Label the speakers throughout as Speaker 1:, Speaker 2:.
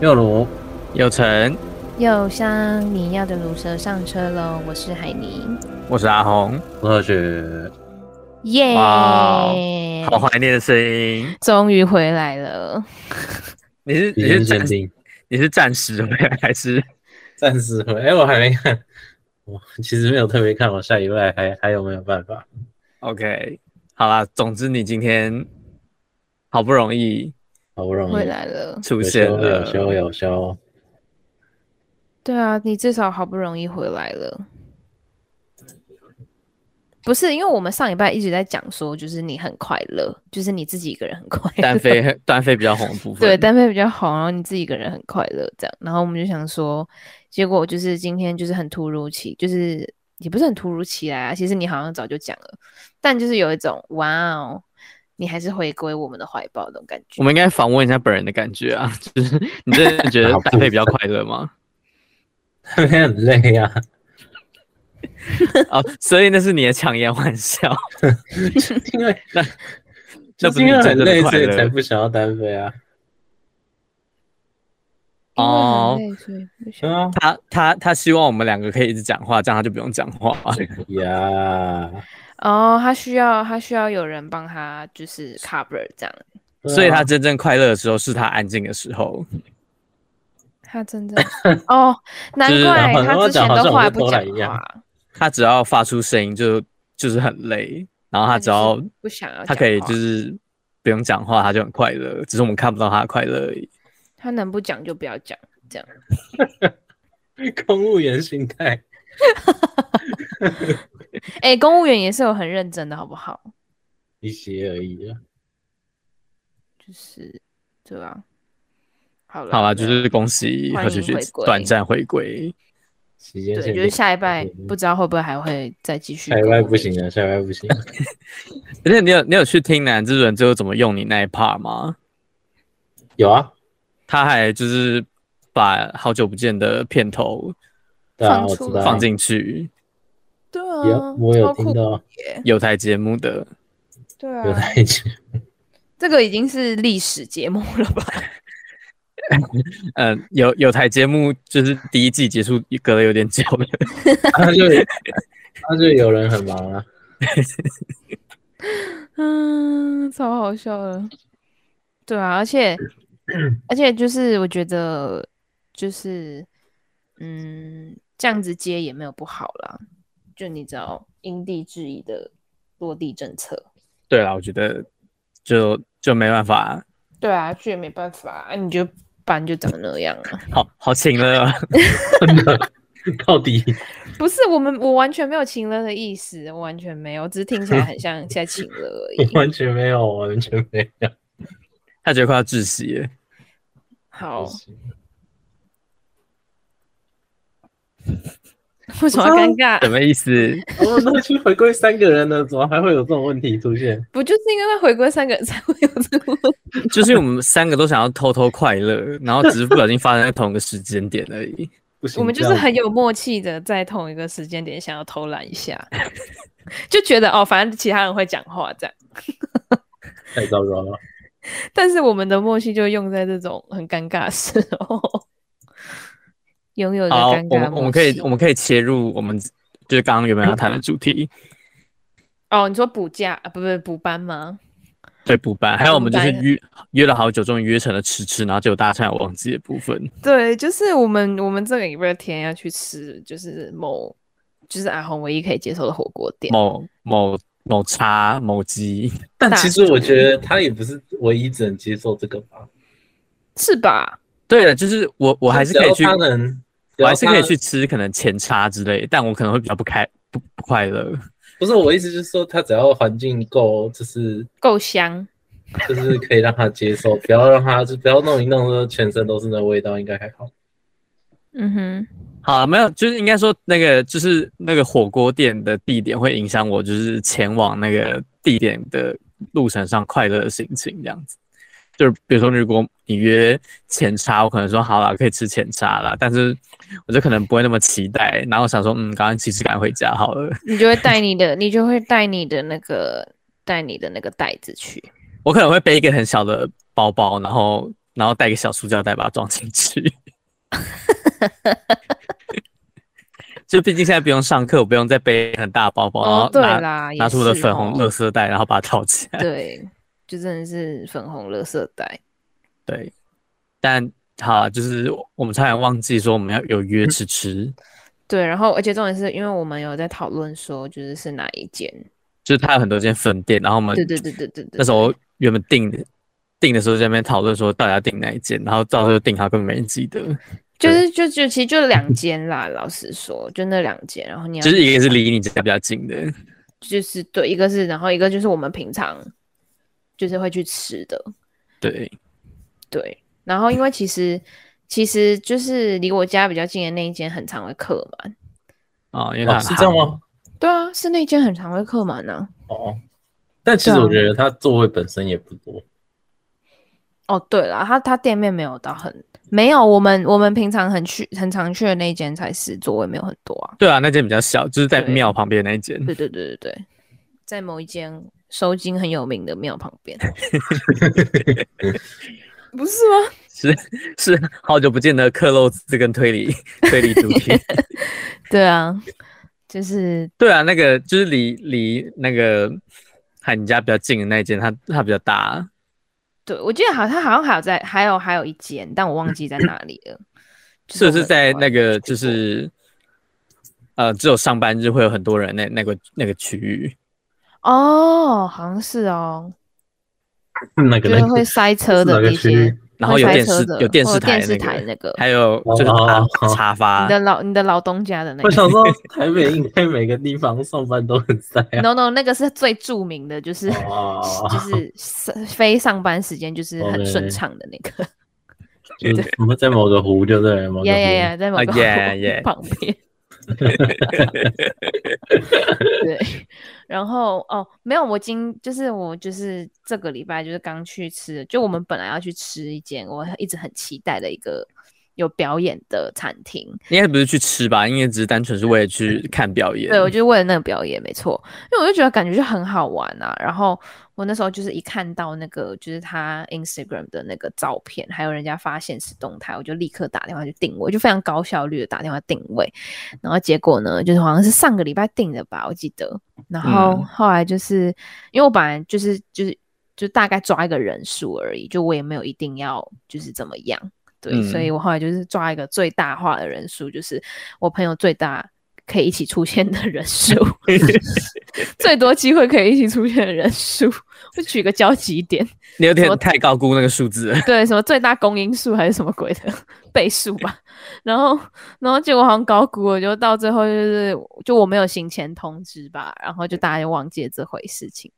Speaker 1: 又如
Speaker 2: 有成，
Speaker 3: 又上你要的乳蛇上车喽！我是海宁，
Speaker 2: 我是阿红，
Speaker 1: 我去，
Speaker 3: 耶、
Speaker 2: 哇
Speaker 3: 哎
Speaker 2: 哦好怀念的声音。
Speaker 3: 终于回来了，
Speaker 2: 你是
Speaker 1: 体
Speaker 2: 你
Speaker 1: 验
Speaker 2: 是
Speaker 1: 鉴
Speaker 2: 暂
Speaker 1: 定
Speaker 2: 你是暂时回来还是？
Speaker 1: 暂时回。哎、我还没看，我其实没有特别看，我下礼拜还还有没有办法？
Speaker 2: OK，好啦，总之你今天好不容易
Speaker 1: 好不容
Speaker 3: 回
Speaker 1: 易
Speaker 3: 来了。
Speaker 2: 出
Speaker 1: 有
Speaker 2: 现
Speaker 1: 休
Speaker 2: 了
Speaker 1: 有，休有休，
Speaker 3: 对啊，你至少好不容易回来了。不是，因为我们上礼拜一直在讲说，就是你很快乐，就是你自己一个人很快 乐。
Speaker 2: 单飞单飞比较红的部分。
Speaker 3: 对，单飞比较好，然后你自己一个人很快乐这样。然后我们就想说，结果就是今天就是很突如其，就是也不是很突如其来啊。其实你好像早就讲了，但就是有一种哇哦，你还是回归我们的怀抱那种感觉
Speaker 2: 我。们应该访问一下本人的感觉啊，就是你真的觉得
Speaker 1: 好
Speaker 2: 单飞比较快乐吗？
Speaker 1: 那边很累呀、啊，
Speaker 2: 哦，所以那是你的强颜欢笑，
Speaker 1: 因 为
Speaker 2: 那
Speaker 1: 就是
Speaker 2: 不是你
Speaker 1: 因为
Speaker 2: 真
Speaker 1: 很
Speaker 2: 正
Speaker 1: 累
Speaker 2: 的，快
Speaker 1: 所以才
Speaker 2: 乐。
Speaker 1: 不想要单飞 啊。
Speaker 3: 因为很
Speaker 2: 哦
Speaker 3: 累所以不想
Speaker 1: 啊
Speaker 2: 他他他希望我们两个可以一直讲话，这样他就不用讲话。
Speaker 1: 哎呀，
Speaker 3: 哦，他需要他需要有人帮他就是 cover 这样，
Speaker 1: 对啊
Speaker 2: 所以他真正快乐的时候是他安静的时候。
Speaker 3: 他 真的哦，难
Speaker 2: 就是
Speaker 3: 怪
Speaker 1: 好像
Speaker 3: 他
Speaker 1: 我
Speaker 3: 之
Speaker 1: 讲
Speaker 3: 前
Speaker 1: 好
Speaker 3: 都
Speaker 1: 像
Speaker 3: 后
Speaker 1: 我
Speaker 3: 来
Speaker 1: 就
Speaker 3: 不
Speaker 1: 偷
Speaker 3: 讲
Speaker 1: 懒一样
Speaker 3: 话，
Speaker 2: 他只要发出声音就就是很累，然后他
Speaker 3: 他
Speaker 2: 只
Speaker 3: 就是
Speaker 2: 要
Speaker 3: 不想要
Speaker 2: 他
Speaker 3: 讲
Speaker 2: 可以
Speaker 3: 话
Speaker 2: 就是不用讲话，他就很快乐，只是我们看不到他的快乐而已。
Speaker 3: 他能不讲就不要讲这样。
Speaker 1: 公务员心态，
Speaker 3: 哎、公务员也是有很认真的，好不好？
Speaker 1: 一些而已啊。
Speaker 3: 就是对啊，好了
Speaker 2: 好啦，
Speaker 3: 了，
Speaker 2: 就
Speaker 3: 对啊
Speaker 2: 是恭喜
Speaker 3: 欢
Speaker 2: 何雪
Speaker 3: 迎
Speaker 2: 雪
Speaker 3: 回归
Speaker 2: 短暂回归。
Speaker 1: 时间
Speaker 3: 对，
Speaker 1: 限
Speaker 3: 就是
Speaker 1: 定，
Speaker 3: 下一拜
Speaker 1: 嗯
Speaker 3: 不知道会不会还会再继续
Speaker 1: 下
Speaker 3: 公务
Speaker 1: 礼
Speaker 3: 员。
Speaker 1: 拜不行了，下礼拜不行。
Speaker 2: 而且你有你有去听男之人最后怎么用你那一 part 吗？
Speaker 1: 有啊，
Speaker 2: 他还就是把好久不见的片头
Speaker 1: 对啊，
Speaker 3: 放
Speaker 1: 我
Speaker 3: 出
Speaker 1: 知
Speaker 3: 来
Speaker 1: 道，
Speaker 2: 放进去，
Speaker 3: 对啊
Speaker 1: 有，我有
Speaker 3: 超
Speaker 1: 听
Speaker 3: 酷
Speaker 1: 到，
Speaker 3: 耶
Speaker 2: 有台节目的，
Speaker 3: 对
Speaker 1: 有
Speaker 3: 啊，
Speaker 1: 在一起。
Speaker 3: 这个已经是历史节目了 吧？
Speaker 2: 嗯、有有台节目就是第一季结束隔了有点久了，
Speaker 1: 他就 他就有人很忙啊，
Speaker 3: 嗯，超好笑的。对啊，而且而且就是我觉得就是嗯，这样子接也没有不好啦，就你知道因地制宜的落地政策。
Speaker 2: 对啦，我觉得就就没办法，
Speaker 3: 对啊，这也没办法啊，你就不然就长那样啊。
Speaker 2: 好好请了。
Speaker 1: 真的，到 底
Speaker 3: 不是我们，我完全没有情了的意思，我完全没有，只是听起来 很像在情了而已。
Speaker 1: 完全没有，完全没有。
Speaker 2: 他觉得快要窒息了。
Speaker 3: 好，
Speaker 1: 哦
Speaker 3: 为什么要尴
Speaker 2: 什
Speaker 3: 尬？
Speaker 2: 么意思？
Speaker 1: 我们都去回归三个人了，怎么还会有这种问题出现？
Speaker 3: 不就是因为回归三个人才会有这个问题？
Speaker 2: 就是我们三个都想要偷偷快乐，然后只是不小心发生在同一个时间点而已。
Speaker 1: 不行，
Speaker 3: 我们就
Speaker 1: 这
Speaker 3: 是
Speaker 1: 样
Speaker 3: 很有默契的，在同一个时间点想要偷懒一下， 就觉得哦，反正其他人会讲话这样，
Speaker 1: 太糟糕了。
Speaker 3: 但是我们的默契就用在这种很尴尬的时候，拥 有着
Speaker 2: 好，
Speaker 3: 尴
Speaker 2: 我
Speaker 3: 尬
Speaker 2: 们我们可以我们可以切入我们就是刚刚原本要谈的主题，
Speaker 3: 哦，你说补假啊？不不补班吗？
Speaker 2: 对补班，还有我们就是
Speaker 3: 补班
Speaker 2: 约约了好久，终于约成了吃吃，然后结果大家差点忘记的部分。
Speaker 3: 对，就是我们我们这个礼拜天要去吃，就是某就是阿红唯一可以接受的火锅店。
Speaker 2: 某某某叉某鸡，
Speaker 1: 但
Speaker 3: 大
Speaker 1: 其实我觉得他也不是唯一只能接受这个吧，
Speaker 3: 是吧？
Speaker 2: 对了，就是我我还是可以
Speaker 1: 只
Speaker 2: 去
Speaker 1: 要，他能，只
Speaker 2: 我
Speaker 1: 要
Speaker 2: 还是
Speaker 1: 他
Speaker 2: 可以
Speaker 1: 能
Speaker 2: 去。吃可能前叉之类，但我可能会比较不开不不快乐。
Speaker 1: 不是我意思，就是说他只要环境够，就是
Speaker 3: 够香，
Speaker 1: 就是可以让他接受，不要让他就不要弄一弄说全身都是那味道，应该还好。
Speaker 3: 嗯哼，
Speaker 2: 好，没有，就是应该说那个就是那个火锅店的地点会影响我，就是前往那个地点的路程上快乐的心情这样子。就是比如说，如果你约前叉，我可能说好啦，可以吃前叉啦，但是我就可能不会那么期待，然后想说，嗯，赶快骑吃赶快回家好了。
Speaker 3: 你就会带你的，你就会带你的那个带你的那个袋子去。
Speaker 2: 我可能会背一个很小的包包，然后然后带个小塑胶袋把它装进去。 就毕竟现在不用上课，我不用再背很大的包包，
Speaker 3: 哦，对
Speaker 2: 然后拿
Speaker 3: 啦，也
Speaker 2: 拿出我的
Speaker 3: 是
Speaker 2: 粉红
Speaker 3: 哦
Speaker 2: 垃圾袋，然后把它套起来。
Speaker 3: 对，就真的是粉红垃圾袋。
Speaker 2: 对，但好，啊就是我们差点忘记说我们要有约吃吃，
Speaker 3: 对，然后而且重点是因为我们有在讨论说，就是是哪一间。
Speaker 2: 就是它有很多间分店，然后我们
Speaker 3: 对对对对对对。
Speaker 2: 那时候原本定的定的时候在那边讨论说到底要定哪一间，然后到时候定好根本没人记得，
Speaker 3: 就是就就其实就两间啦，老实说，就那两间。然后你要
Speaker 2: 就是一个是离你家比较近的，
Speaker 3: 就是对，一个是然后一个就是我们平常就是会去吃的，
Speaker 2: 对，
Speaker 3: 对。然后因为其实其实就是离我家比较近的那一间很常会客满，
Speaker 2: 啊、因为它
Speaker 1: 哦，
Speaker 2: 很
Speaker 1: 是这样
Speaker 2: 夯？
Speaker 1: 吗？
Speaker 3: 对啊，是那间很常会客满啊呢、
Speaker 1: 哦，但其实
Speaker 3: 对啊
Speaker 1: 我觉得它座位本身也不多，
Speaker 3: 哦，对了，他他店面没有到很没有，我们我们平常很去很常去的那一间才是座位没有很多啊。
Speaker 2: 对啊，那间比较小，就是在
Speaker 3: 对
Speaker 2: 庙旁边那一间。
Speaker 3: 对对对对对，在某一间收金很有名的庙旁 边，不是 吗？
Speaker 2: 是是好久不见的克漏子跟推理推理主 题。
Speaker 3: 对啊，就是
Speaker 2: 对啊，那个就是离离那个喊你家比较近的那一间，它它比较大。啊
Speaker 3: 对我记得好，他好像还有在还有还有一间，但我忘记在哪里了。就是我
Speaker 2: 不是
Speaker 3: 们
Speaker 2: 在
Speaker 3: 我
Speaker 2: 那个就
Speaker 3: 去过
Speaker 2: 是呃，只有上班日会有很多人那那个那个区域？
Speaker 3: 哦，好像是哦，
Speaker 1: 那个
Speaker 3: 就是
Speaker 1: 那个
Speaker 3: 会塞车
Speaker 1: 哪
Speaker 3: 的
Speaker 1: 个
Speaker 3: 那
Speaker 1: 区
Speaker 3: 些
Speaker 1: 域，
Speaker 2: 然后
Speaker 3: 会
Speaker 2: 有
Speaker 3: 塞
Speaker 2: 电
Speaker 3: 车
Speaker 2: 视
Speaker 3: 的
Speaker 2: 有电
Speaker 3: 会
Speaker 2: 视台
Speaker 3: 电视
Speaker 2: 那个
Speaker 3: 台那个，
Speaker 2: 还有
Speaker 1: 哦
Speaker 2: 就是
Speaker 1: 哦
Speaker 2: 茶
Speaker 1: 哦
Speaker 2: 茶
Speaker 3: 你
Speaker 2: 发，
Speaker 3: 的老你的老东家的那
Speaker 1: 我
Speaker 3: 个。
Speaker 1: 想说，台北应该每个地方上班都很塞 啊。
Speaker 3: No No，那个是最著名的，就是、
Speaker 1: 哦
Speaker 3: 就是上非上班时间就是
Speaker 2: 哦
Speaker 3: 很
Speaker 1: OK
Speaker 3: 顺畅的那个。
Speaker 1: 就是我们在某个湖就对了，某个湖。
Speaker 3: 呀呀呀，在某
Speaker 2: 啊
Speaker 3: 个
Speaker 2: yeah, yeah
Speaker 3: 旁边。对，然后哦，没有，我今就是我就是这个礼拜就是刚去吃，就我们本来要去吃一间我一直很期待的一个有表演的餐厅，
Speaker 2: 应该不是去吃吧？应该只是单纯是为了去看表演。
Speaker 3: 对，我就是为了那个表演，没错，因为我就觉得感觉就很好玩啊。然后我那时候就是一看到那个就是他 Instagram 的那个照片，还有人家发现实动态，我就立刻打电话去定位，就非常高效率的打电话定位。然后结果呢，就是好像是上个礼拜定的吧，我记得。然后
Speaker 2: 嗯
Speaker 3: 后来就是、因为我本来就是就是就大概抓一个人数而已，就我也没有一定要就是怎么样。对，所
Speaker 2: 嗯
Speaker 3: 以我后来就是抓一个最大化的人数，就是我朋友最大可以一起出现的人数，最多机会可以一起出现的人数，我取个交集点，
Speaker 2: 你有
Speaker 3: 我
Speaker 2: 点太高估那个数字了。
Speaker 3: 对，什么最大公因数还是什么鬼的倍数吧。然后，然后结果好像高估了，就到最后就是就我没有行前通知吧，然后就大家就忘记了这回事情。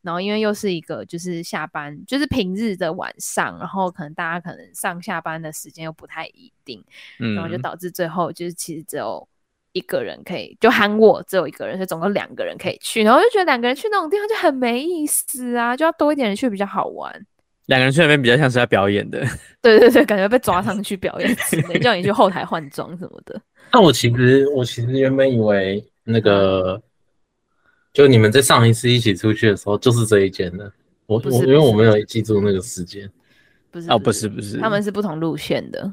Speaker 3: 然后因为又是一个就是下班，就是平日的晚上，然后可能大家可能上下班的时间又不太一定，
Speaker 2: 嗯，
Speaker 3: 然后就导致最后就是其实只有一个人可以，就喊我只有一个人，所以总共两个人可以去。然后就觉得两个人去那种地方就很没意思啊，就要多一点人去比较好玩。
Speaker 2: 两个人去那边比较像是在表演的。
Speaker 3: 对对对，感觉被抓上去表演之类，叫你去后台换装什么的。
Speaker 1: 那我其实我其实原本以为那个，就你们在上一次一起出去的时候就是这一间的。我
Speaker 3: 不是
Speaker 1: 我
Speaker 3: 不
Speaker 1: 因
Speaker 3: 是
Speaker 1: 为我没有记住那个时间，
Speaker 3: 不是
Speaker 2: 哦，不是，不是，
Speaker 3: 他们是不同路线的。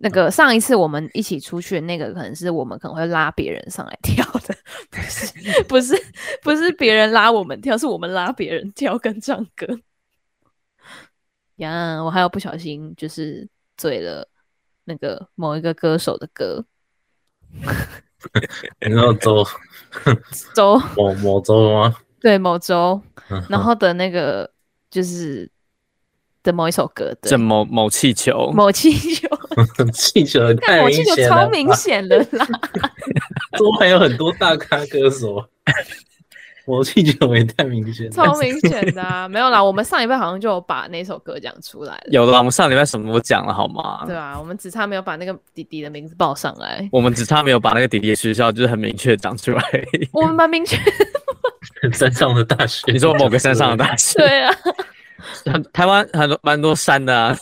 Speaker 3: 那个上一次我们一起出去的那个，可能是我们可能会拉别人上来跳的，不是不是不是别人拉我们跳，是我们拉别人跳跟唱歌。呀，我还有不小心就是醉了那个某一个歌手的歌，
Speaker 1: 你知道周
Speaker 3: 周
Speaker 1: 某某周吗？
Speaker 3: 对某周，
Speaker 1: 嗯
Speaker 3: 然后的那个就是的某一首歌，对
Speaker 2: 这，某某气球，
Speaker 3: 某气球，
Speaker 1: 气球也
Speaker 3: 看
Speaker 1: 太
Speaker 3: 某
Speaker 1: 明
Speaker 3: 气球
Speaker 1: 显
Speaker 3: 超
Speaker 1: 了，啊
Speaker 3: 明显的啦，
Speaker 1: 周还有很多大咖歌手， 某气球也太明显了，
Speaker 3: 超明显的啊，没有啦，我们上一辈好像就有把那首歌讲出来了，
Speaker 2: 有了，我们上礼拜什么都讲了好吗？
Speaker 3: 对啊，我们只差没有把那个弟弟的名字报上来，
Speaker 2: 我们只差没有把那个弟弟的学校就是很明确地讲出 来。
Speaker 3: 我们蛮明确，
Speaker 1: 山上的大学，
Speaker 2: 你说某个山上的大学，
Speaker 3: 对啊，
Speaker 2: 很台湾很多蛮多山的啊，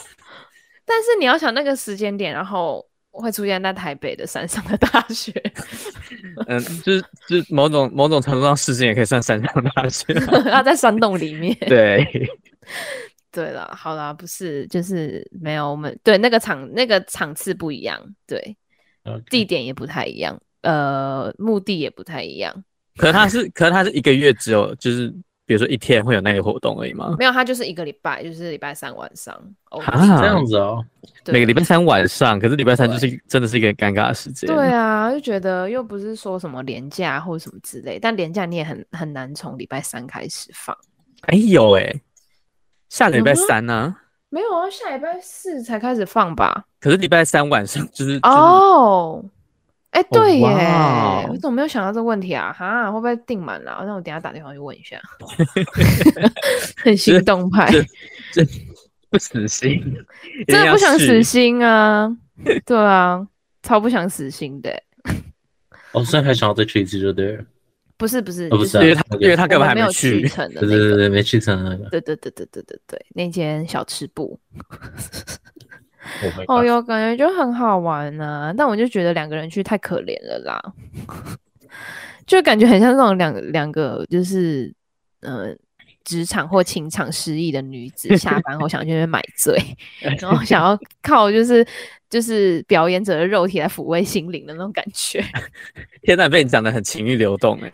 Speaker 3: 但是你要想那个时间点，然后会出现在台北的山上的大学，
Speaker 2: 嗯，就是就是某种某 种程度上，事情也可以算山上大学。
Speaker 3: 要在山洞里面，
Speaker 2: 对，
Speaker 3: 对了，好啦，不是，就是没有我们对那个场那个场次不一样，对，地点也不太一样，呃，目的也不太一样。
Speaker 2: 可是它是，可是它是一个月只有就是，比如说一天会有那个活动而已吗？
Speaker 3: 没有，它就是一个礼拜，就是礼拜三晚上。哦，
Speaker 2: 啊
Speaker 1: 这样子哦，
Speaker 3: 对
Speaker 2: 每个礼拜三晚上，可是礼拜三就是真的是一个尴尬的时间。
Speaker 3: 对啊，就觉得又不是说什么廉价或什么之类，但廉价你也很很难从礼拜三开始放。
Speaker 2: 哎有哎、下个礼拜
Speaker 3: 有吗
Speaker 2: 三呢、
Speaker 3: 没有啊，下礼拜四才开始放吧？
Speaker 2: 可是礼拜三晚上就是，
Speaker 3: 哦，哎，对耶，
Speaker 2: 哇哦
Speaker 3: 我怎么没有想到这个问题啊？哈，会不会订满了、那我等一下打电话去问一 下。很心动派，
Speaker 2: 这就是不死心，
Speaker 3: 真的不想死
Speaker 2: 心。
Speaker 3: 心啊！对啊，超不想死心的。
Speaker 1: 哦，所以还想要再去一次就对了。
Speaker 3: 不是不是，
Speaker 1: 哦
Speaker 3: 就
Speaker 1: 不是
Speaker 3: 是
Speaker 1: 啊
Speaker 2: 因为他
Speaker 1: 那个
Speaker 2: 因为他根
Speaker 3: 我
Speaker 2: 本
Speaker 3: 们
Speaker 2: 还
Speaker 3: 没有
Speaker 2: 去，
Speaker 3: 成 的
Speaker 1: 对
Speaker 3: 那
Speaker 1: 对对
Speaker 3: 个。
Speaker 1: 对，没去成那个。
Speaker 3: 对对对对对对对，那间小吃部，
Speaker 1: Oh my
Speaker 3: 哦
Speaker 1: god
Speaker 3: 哟，感觉就很好玩啊，但我就觉得两个人去太可怜了啦， 就感觉很像那种两两个就是呃职场或情场失意的女子，下班后想去那边买醉，然后想要靠就是就是表演者的肉体来抚慰心灵的那种感觉，
Speaker 2: 天呐，被你讲的很情欲流动哎、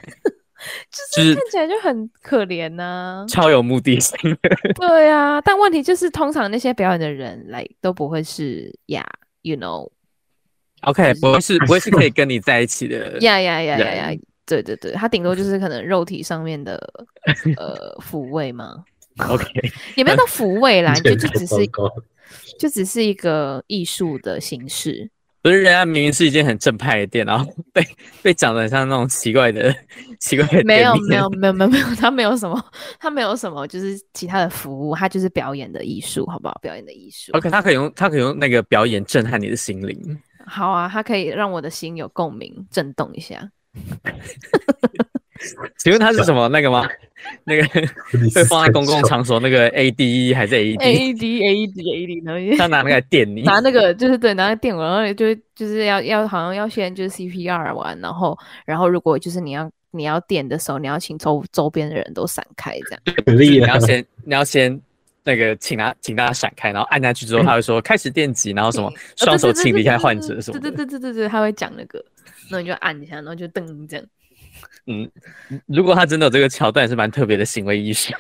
Speaker 3: 就是看起来就很可怜呐、
Speaker 2: 超有目的性的。
Speaker 3: 对啊，但问题就是通常那些表演的人来都不会是呀、y o u know。
Speaker 2: OK，不会是不会是可以跟你在一起 的
Speaker 3: 呀呀呀呀呀
Speaker 2: 人！
Speaker 3: 对对对，他顶多就是可能肉体上面 的呃抚慰嘛，
Speaker 2: OK，
Speaker 3: 也没有到抚慰啦，就就只
Speaker 1: 糟
Speaker 3: 是
Speaker 1: 糕
Speaker 3: 就只是一个艺术的形 式。
Speaker 2: 不是人家明明是一间很正派的店，然后被被讲的像那种奇怪的奇怪的店
Speaker 3: 没有
Speaker 2: 名
Speaker 3: 没有没有没有没有，他没有什么，他没有什么就是其他的服务，他就是表演的艺术，好不好？表演的艺术，
Speaker 2: OK，他可以用他可以用那个表演震撼你的心灵。
Speaker 3: 好啊，他可以让我的心有共鸣，震动一下。
Speaker 2: 请问他是什么那个吗？那个 会放在公共。场所那个 ADE 还是 AED？
Speaker 3: A D A D A D，然后
Speaker 2: 他拿那个来电你？
Speaker 3: 拿那 个就是对，拿那个电蚊，然后就就是要要好像要先就是 CPR 完，然后然后如果就是你要你要电的时候，你要请周周边的人都闪开这样。哦
Speaker 1: 很
Speaker 2: 就是
Speaker 1: 厉
Speaker 2: 你
Speaker 1: 害
Speaker 2: 要，先 你要先那个请他请大家闪开，然后按下去之后，他会说开始电击，然后什么
Speaker 3: 哦
Speaker 2: 双手
Speaker 3: 对对对
Speaker 2: 请
Speaker 3: 对
Speaker 2: 离开
Speaker 3: 对
Speaker 2: 患
Speaker 3: 对
Speaker 2: 者什么
Speaker 3: 对
Speaker 2: 的。
Speaker 3: 对对对对对，他会讲那个，那你就按一下，然后就噔 这样。
Speaker 2: 嗯，如果他真的有这个桥段，是蛮特别的行为艺术。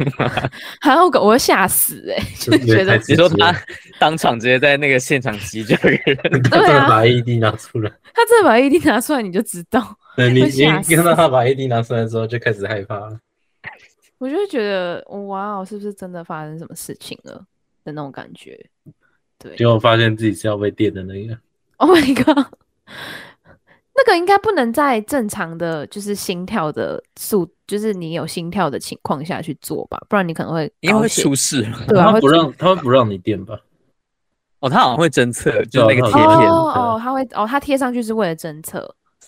Speaker 3: 还有个我会吓死哎、欸， 就
Speaker 1: 真的
Speaker 3: 觉得
Speaker 1: 太
Speaker 2: 你
Speaker 1: 刺激
Speaker 2: 说
Speaker 1: 了
Speaker 2: 他当场直接在那个现场急救人，
Speaker 1: 他真的把 AED 拿出来，
Speaker 3: 他真的把 AED 拿出来，你就知道，
Speaker 1: 对你
Speaker 3: 会
Speaker 1: 你
Speaker 3: 吓死
Speaker 1: 看到他把 AED 拿出来之后就开始害怕了。
Speaker 3: 我就会觉得哇哦，是不是真的发生什么事情了的那种感觉？对，
Speaker 1: 结果发现自己是要被电的 那个，
Speaker 3: Oh my god！那个应该不能在正常的，就是心跳的速，就是你有心跳的情况下去做吧，不然你可能会
Speaker 2: 应该
Speaker 3: 高
Speaker 2: 会
Speaker 3: 血
Speaker 2: 出事吧
Speaker 3: 对啊，
Speaker 1: 他
Speaker 3: 会
Speaker 1: 不让他们不让你电吧？
Speaker 2: 哦，他好像会侦测，就是那个
Speaker 1: 对
Speaker 2: 贴
Speaker 1: 啊
Speaker 2: 片。
Speaker 1: 哦
Speaker 3: 哦哦，他会哦，他贴上去是为了侦测。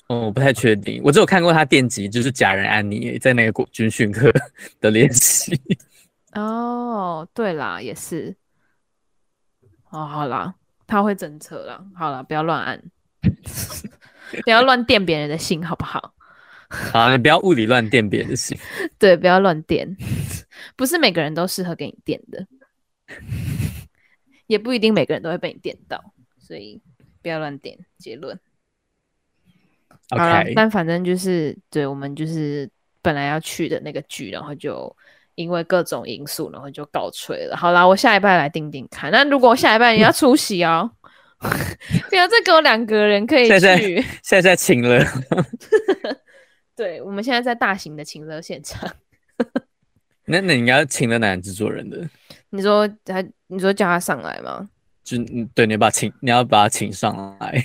Speaker 2: 嗯，我不太确定，我只有看过他电击，就是假人安妮在那个国军训课的练习。
Speaker 3: 哦，对啦，也是。哦，好啦，他会侦测啦。好啦，不要乱按， 不要乱电别人的心，好不好？
Speaker 2: 好，你不要物理乱电别人的心。
Speaker 3: 对，不要乱电，不是每个人都适合给你电的，也不一定每个人都会被你电到，所以不要乱电。结论好了
Speaker 2: OK，
Speaker 3: 但反正就是对我们就是本来要去的那个剧，然后就因为各种因素，然后就告吹了。好啦，我下一拜来定定看。那如果下一拜你要出席哦， 不要再给我两个人可以
Speaker 2: 现在
Speaker 3: 去。
Speaker 2: 现在在请了，
Speaker 3: 对，我们现在在大型的情乐现场。
Speaker 2: 那那你应该请了男制作人的，
Speaker 3: 你说他，你说叫他上来吗？
Speaker 2: 就嗯对，你把请你要把他请上来。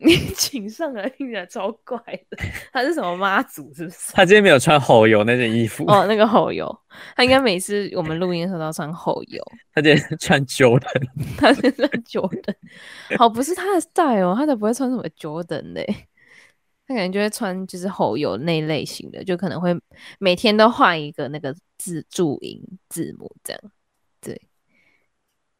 Speaker 3: 你请上来听起来超怪的， 他是什么妈祖是不 是？
Speaker 2: 他今天没有穿猴油那件衣服，
Speaker 3: 哦，那个吼油，他应该每次我们录音的时候都要穿吼油，
Speaker 2: 他今天穿 Jordan，
Speaker 3: 他是穿 Jordan，好不是他的 style，哦他才不会穿什么 Jordan 嘞、 他感觉就会穿就是吼油那一类型的，就可能会每天都换一个那个字注音字母这样。对，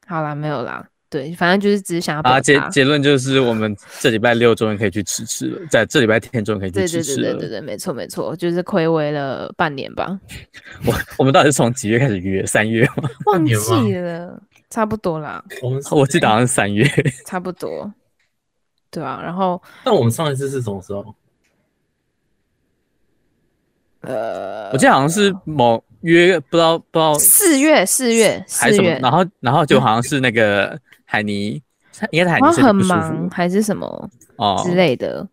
Speaker 3: 好啦，没有啦，对，反正就是只是想要表
Speaker 2: 啊，结
Speaker 3: 达
Speaker 2: 结论就是我们这礼拜六终于可以去吃吃了，在这礼拜天终于可以去
Speaker 3: 对
Speaker 2: 吃
Speaker 3: 对对
Speaker 2: 吃
Speaker 3: 对对
Speaker 2: 了。
Speaker 3: 对，没错没错，就是暌违了半年吧，
Speaker 2: 我我们到底是从几月开始约？三月吗？
Speaker 3: 忘
Speaker 1: 年吗
Speaker 3: 记了，差不多啦，
Speaker 1: 我们
Speaker 2: 我记得好像是三 月。
Speaker 3: 差不多，对啊，然后
Speaker 1: 但我们上一次是什么时候？
Speaker 3: 呃
Speaker 2: 我，记得好像是某约，不知道不知道
Speaker 3: 四月四月
Speaker 2: 还是
Speaker 3: 四
Speaker 2: 什么，
Speaker 3: 月，
Speaker 2: 然后然后就好像是那个海尼，应该是海
Speaker 3: 好
Speaker 2: 尼
Speaker 3: 像
Speaker 2: 身体
Speaker 3: 很
Speaker 2: 不舒
Speaker 3: 忙
Speaker 2: 服
Speaker 3: 还是什么
Speaker 2: 哦
Speaker 3: 之类的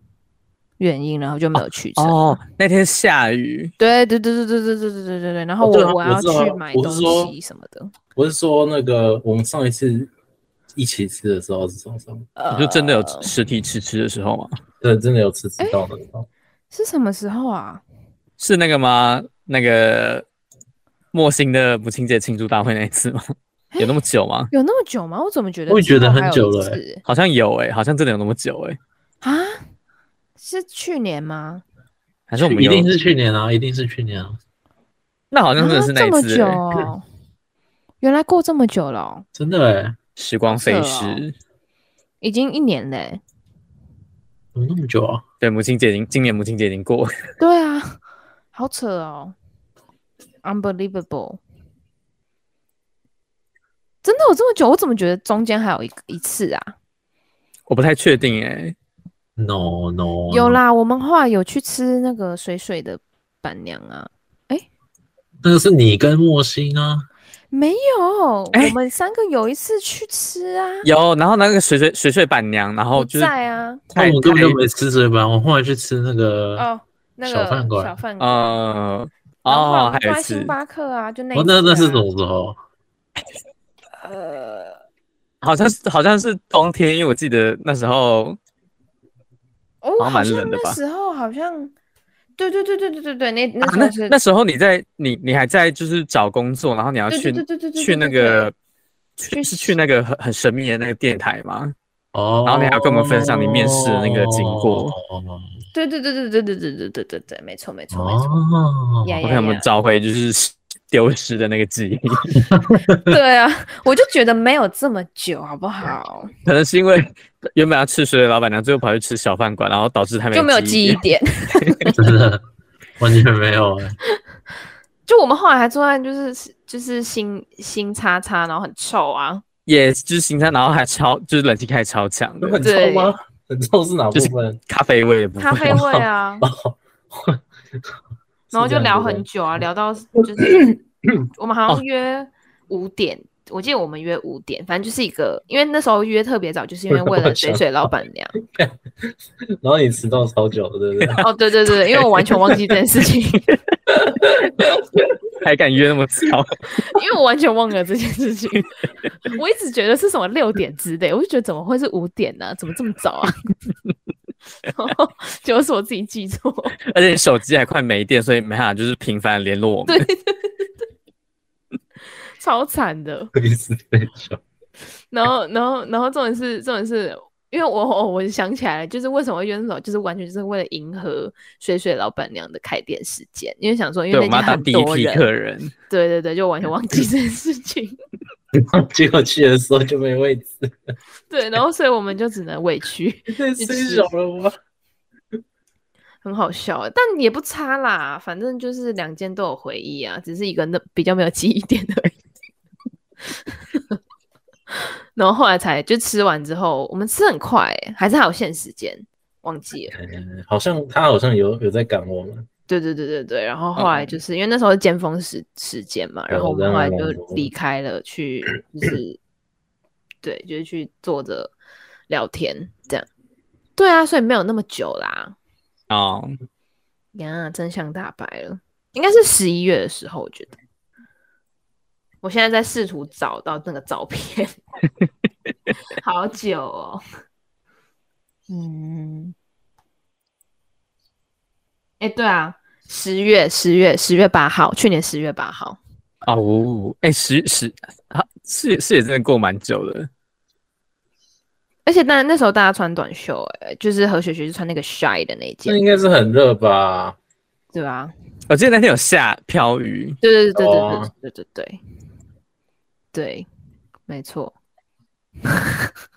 Speaker 3: 原因，然后就没有去成。
Speaker 2: 哦，那天下雨，
Speaker 3: 对对对对对对对对对对对，然后
Speaker 1: 哦
Speaker 3: 我
Speaker 1: 对啊
Speaker 3: 我要
Speaker 1: 我知道
Speaker 3: 去
Speaker 1: 啊
Speaker 3: 买
Speaker 1: 我
Speaker 3: 东
Speaker 1: 是说
Speaker 3: 西什么的，
Speaker 1: 我是说那个我们上一次一起吃的时候是什么时候？
Speaker 3: 呃，
Speaker 2: 你就真的有实体吃吃的时候吗？
Speaker 1: 对，真的有吃吃到的时候。
Speaker 3: 是什么时候啊？
Speaker 2: 是那个吗？那个莫欣的母亲节庆祝大会那一次吗？有那么久吗？
Speaker 3: 有那么久吗？我怎么觉得
Speaker 1: 我也
Speaker 3: 之
Speaker 1: 觉得
Speaker 3: 后
Speaker 1: 很
Speaker 3: 还有
Speaker 1: 久
Speaker 3: 一
Speaker 1: 了欸
Speaker 3: 次
Speaker 2: 好像有诶、好像真的有那么久诶、
Speaker 3: 啊？是去年吗？
Speaker 2: 还是我们
Speaker 1: 哎一
Speaker 2: 有
Speaker 1: 定是去年啊，一定是去年啊，
Speaker 2: 那好像真
Speaker 3: 啊
Speaker 2: 的是那
Speaker 3: 这么
Speaker 2: 一次、
Speaker 3: 久
Speaker 2: 欸，
Speaker 3: 哦，原来过这么久了哦，
Speaker 1: 真的哎、
Speaker 2: 时光飞
Speaker 3: 是哦
Speaker 2: 逝。
Speaker 3: 已经一年嘞。
Speaker 1: 怎么那么久啊？
Speaker 2: 对，母亲节已经今年母亲节已经过了，
Speaker 3: 对啊，好扯哦，unbelievable！真的有这么久？我怎么觉得中间还有一一次啊？
Speaker 2: 我不太确定诶、
Speaker 1: No
Speaker 2: 哦
Speaker 1: no，
Speaker 3: 有
Speaker 1: no，
Speaker 3: 啦，我们后来有去吃那个水水的板娘啊，
Speaker 1: 那个是你跟莫欣啊，
Speaker 3: 没有，
Speaker 2: 哎
Speaker 3: 我们三个有一次去吃啊，
Speaker 2: 有，然后那个水水水水板娘，然后
Speaker 3: 不
Speaker 2: 就是
Speaker 3: 在啊，
Speaker 1: 那
Speaker 2: 太
Speaker 1: 哦我根本就
Speaker 2: 太
Speaker 1: 没吃水板，我后来去吃那个，
Speaker 3: 哦，那个
Speaker 1: 小饭馆
Speaker 3: 小饭馆，
Speaker 2: 呃
Speaker 3: 然后后来我
Speaker 2: 哦，
Speaker 3: 们
Speaker 2: 还有
Speaker 3: 在
Speaker 2: 一次
Speaker 3: 星，巴克啊，就那一
Speaker 1: 哦，那那
Speaker 3: 次
Speaker 1: 是
Speaker 3: 啊
Speaker 1: 什么时候？
Speaker 3: 呃，
Speaker 2: 好像是好像是冬天，因为我记得那时候
Speaker 3: 哦，
Speaker 2: 好像蛮冷的
Speaker 3: 那
Speaker 2: 吧
Speaker 3: 时候好像，对对对对对对对，那那
Speaker 2: 啊
Speaker 3: 时
Speaker 2: 那
Speaker 3: 候是
Speaker 2: 那时候你在你你还在就是找工作，然后你要
Speaker 3: 对
Speaker 2: 去
Speaker 3: 对对对对
Speaker 2: 去
Speaker 3: 对
Speaker 2: 那
Speaker 3: 对
Speaker 2: 个去
Speaker 3: 去
Speaker 2: 是去那个很很神秘的那个电台吗？
Speaker 1: 哦，
Speaker 2: 然后你还要跟我们分享你面试的那个经过
Speaker 3: 对对对对对对对对对对对，没错没错没错，
Speaker 1: 哦，
Speaker 3: 呀
Speaker 2: 我
Speaker 3: 呀
Speaker 2: 看我们
Speaker 3: 呀，
Speaker 2: 找回就是 丢失的那个记忆，
Speaker 3: 对啊，我就觉得没有这么久，好不好？
Speaker 2: 可能是因为原本要吃水的老板娘，最后跑去吃小饭馆，然后导致他
Speaker 3: 就没有
Speaker 2: 记
Speaker 3: 记忆
Speaker 2: 点
Speaker 3: 点。
Speaker 1: 真的完全没有哎、
Speaker 3: 就我们后来还坐在就是就是新新叉叉，然后很臭啊，
Speaker 2: 也就是行山，然后还超就是冷气开超强的
Speaker 1: 很臭吗？很臭是哪部 分？
Speaker 2: 咖啡味的部分
Speaker 3: 咖，啡味啊，
Speaker 1: 哦，
Speaker 3: 然后就聊很久啊，聊到就是我们好像约五点，我记得我们约五点，反正就是一个，因为那时候约特别早，就是因为为了水水老板娘。
Speaker 1: 然后你迟到超久的，对不对？
Speaker 3: 哦，对对对，因为我完全忘记这件事情，
Speaker 2: 还敢约那么早？
Speaker 3: 因为我完全忘了这件事情，我一直觉得是什么六点之类，我就觉得怎么会是五点呢、怎么这么早啊？ 然后结果是我自己记错。
Speaker 2: 而且手机还快没电，所以没办法就是频繁地联络我们。
Speaker 3: 超惨的。
Speaker 1: 一直在 笑。
Speaker 3: 然后，然后，然后重点是，重点是因为我我我想起来了，就是为什么会冤手，就是完全就是为了迎合水水老板娘的开店时间，因为想说，因
Speaker 2: 对，
Speaker 3: 为
Speaker 2: 我
Speaker 3: 那
Speaker 2: 们要当
Speaker 3: 天很
Speaker 2: 第一
Speaker 3: 多
Speaker 2: 批
Speaker 3: 人，
Speaker 2: 客人。
Speaker 3: 对对对，就完全忘记这件事情。
Speaker 1: 结果去的时候就没位置，
Speaker 3: 对，然后所以我们就只能委屈，
Speaker 1: 太衰小了吧？
Speaker 3: 很好笑，欸但也不差啦，反正就是两件都有回忆啊，只是一个那比较没有记忆点而已。 然后后来才就吃完之后，我们吃很快、欸还是还有限时间，忘记了。
Speaker 1: 嗯好像他好像有有在赶我们，
Speaker 3: 对对对对对，然后后来就是、因为那时候是尖峰时时间嘛，
Speaker 1: 嗯对
Speaker 3: 然后我们后来就
Speaker 1: 我知道
Speaker 3: 离开了，去就是对，就是去坐着聊天这样。对啊，所以没有那么久啦，
Speaker 2: 哦，
Speaker 3: 呀，真相大白了，应该是十一月的时候，我觉得。我现在在试图找到那个照片， 好久哦。嗯，哎、对啊，十月，十月，十月八号，去年十月八号，
Speaker 2: 哦，呜哎、十十啊，是是也真的过蛮久的。
Speaker 3: 而且那那时候大家穿短袖、哎，就是何雪雪是穿那个 shy 的那一件
Speaker 1: 那，应该是很热吧？
Speaker 3: 对啊吧？
Speaker 2: 我记得那天有下飘雨，
Speaker 3: 对对对对
Speaker 1: 哦
Speaker 3: 对对对对对，对，没错。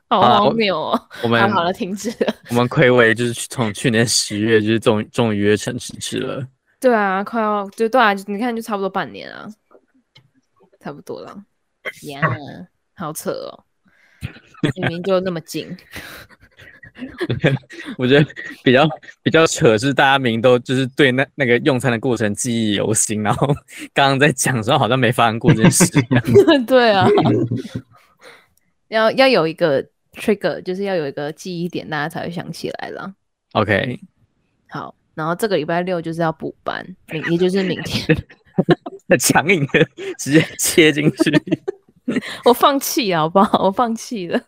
Speaker 3: 好
Speaker 2: 好啦
Speaker 3: 荒
Speaker 2: 我
Speaker 3: 谬哦！
Speaker 2: 我
Speaker 3: 好
Speaker 2: 们
Speaker 3: 好了，停止了。
Speaker 2: 我们暌违就是去从去年十月就是终于终于约成实质了，
Speaker 3: 对啊，快要就对啊，你看就差不多半年啊，差不多了。呀、好扯哦，明明就那么近。
Speaker 2: 我觉得比较比较扯是大家明都就是对那那个用餐的过程记忆犹新，然后刚刚在讲的时候好像没发生过这件事一样。
Speaker 3: 对啊，要要有一个 trigger，就是要有一个记忆点，大家才会想起来了。
Speaker 2: OK，
Speaker 3: 好，然后这个礼拜六就是要补班，明也就是明天，
Speaker 2: 很强硬的直接切进去。
Speaker 3: 我放弃啊了，好不好？我 放弃了，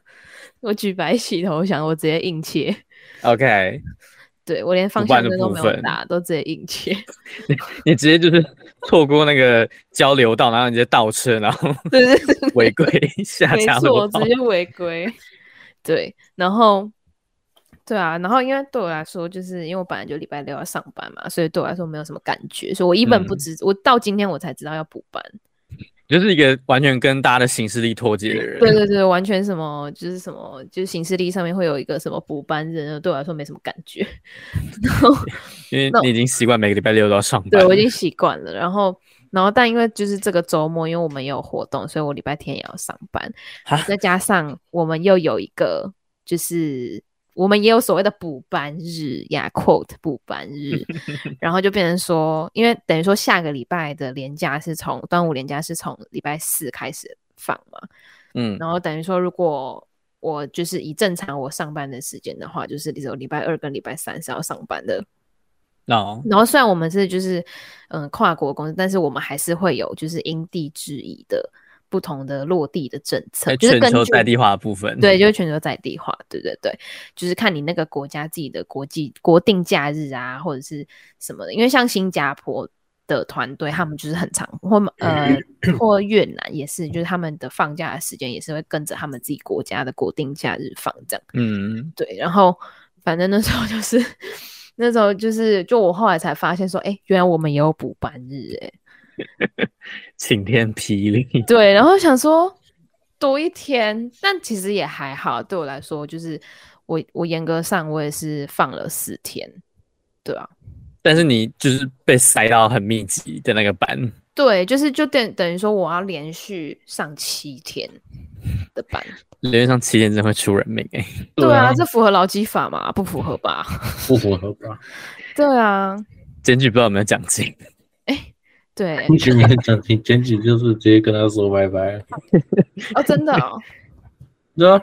Speaker 3: 我举白旗投降，我直接硬切。
Speaker 2: OK，
Speaker 3: 对我连方
Speaker 2: 补班的
Speaker 3: 向灯都
Speaker 2: 部
Speaker 3: 没
Speaker 2: 分
Speaker 3: 有打，都直接硬切。
Speaker 2: 你直接就是错过那个交流道，然后你直接倒车，然 后
Speaker 3: 对对对
Speaker 2: 违规下
Speaker 3: 没
Speaker 2: 交流
Speaker 3: 错，直
Speaker 2: 道。
Speaker 3: 接违规。对，然后对啊，然后因为对我来说，就是因为我本来就礼拜六要上班嘛，所以对我来说没有什么感觉，所以我一本不
Speaker 2: 嗯
Speaker 3: 知，我到今天我才知道要补班。
Speaker 2: 就是一个完全跟大家的行事力脱节的人。
Speaker 3: 对对对，完全什么就是什么，就是行事历上面会有一个什么补班日，对我来说没什么感觉。然后
Speaker 2: 因为
Speaker 3: 那
Speaker 2: 你已经习惯每个礼拜六都要上班。
Speaker 3: 对我已经习惯了，然后。然后，但因为就是这个周末，因为我们也有活动，所以我礼拜天也要上班。
Speaker 2: 哈
Speaker 3: 再加上我们又有一个，就是我们也有所谓的补班日呀，quote 补班 日，然后就变成说，因为等于说下个礼拜的连假是从端午连假是从礼拜四开始放嘛，
Speaker 2: 嗯，
Speaker 3: 然后等于说如果我就是以正常我上班的时间的话，就是只有礼拜二跟礼拜三是要上班的，
Speaker 2: 哦，
Speaker 3: 然后虽然我们是就是嗯跨国公司，但是我们还是会有就是因地制宜的不同的落地的政策，
Speaker 2: 在
Speaker 3: 就是
Speaker 2: 全
Speaker 3: 根
Speaker 2: 球
Speaker 3: 据
Speaker 2: 在地化的部分。
Speaker 3: 对，就是全球在地化，对对对，就是看你那个国家自己的国际国定假日啊，或者是什么的。因为像新加坡的团队，他们就是很长，或
Speaker 2: 嗯
Speaker 3: 呃或越南也是，就是他们的放假的时间也是会跟着他们自己国家的国定假日放这样。
Speaker 2: 嗯，
Speaker 3: 对，然后反正那时候就是那时候就是就我后来才发现说，哎，原来我们也有补班日、哎诶
Speaker 2: 晴天霹雳。
Speaker 3: 对，然后想说多一天，但其实也还好。对我来说，就是我我严格上我也是放了四天，对啊，
Speaker 2: 但是你就是被塞到很密集的那个班，
Speaker 3: 对，就是就等等于说我要连续上七天的班，
Speaker 2: 连上七天真的会出人命哎、
Speaker 3: 对啊，这符合劳基法吗？不符合吧？
Speaker 1: 不符合 吧？
Speaker 3: 对啊，
Speaker 2: 检举不知道有没有奖金，
Speaker 3: 对，
Speaker 1: 检举没有奖金，检举就是直接跟他说拜拜。
Speaker 3: 哦，真的哦，
Speaker 1: 对啊，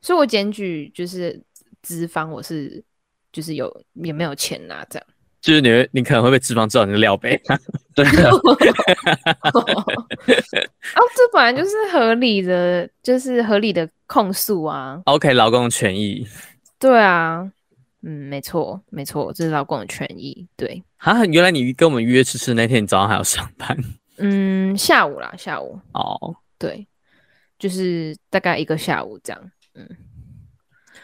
Speaker 3: 所以我检举就是资方我是就是有也没有钱拿这样。
Speaker 2: 就是你会你可能会被脂肪知道你的料杯。
Speaker 1: 对啊，
Speaker 3: 哦，这本来就是合理的，就是合理的控诉啊。
Speaker 2: OK，劳工权益
Speaker 3: 对啊，嗯，没错，没错，这是劳工的权益。对，
Speaker 2: 啊，原来你跟我们约吃吃那天，你早上还要上班
Speaker 3: 嗯，下午啦，下午，
Speaker 2: 哦。
Speaker 3: 对，就是大概一个下午这样，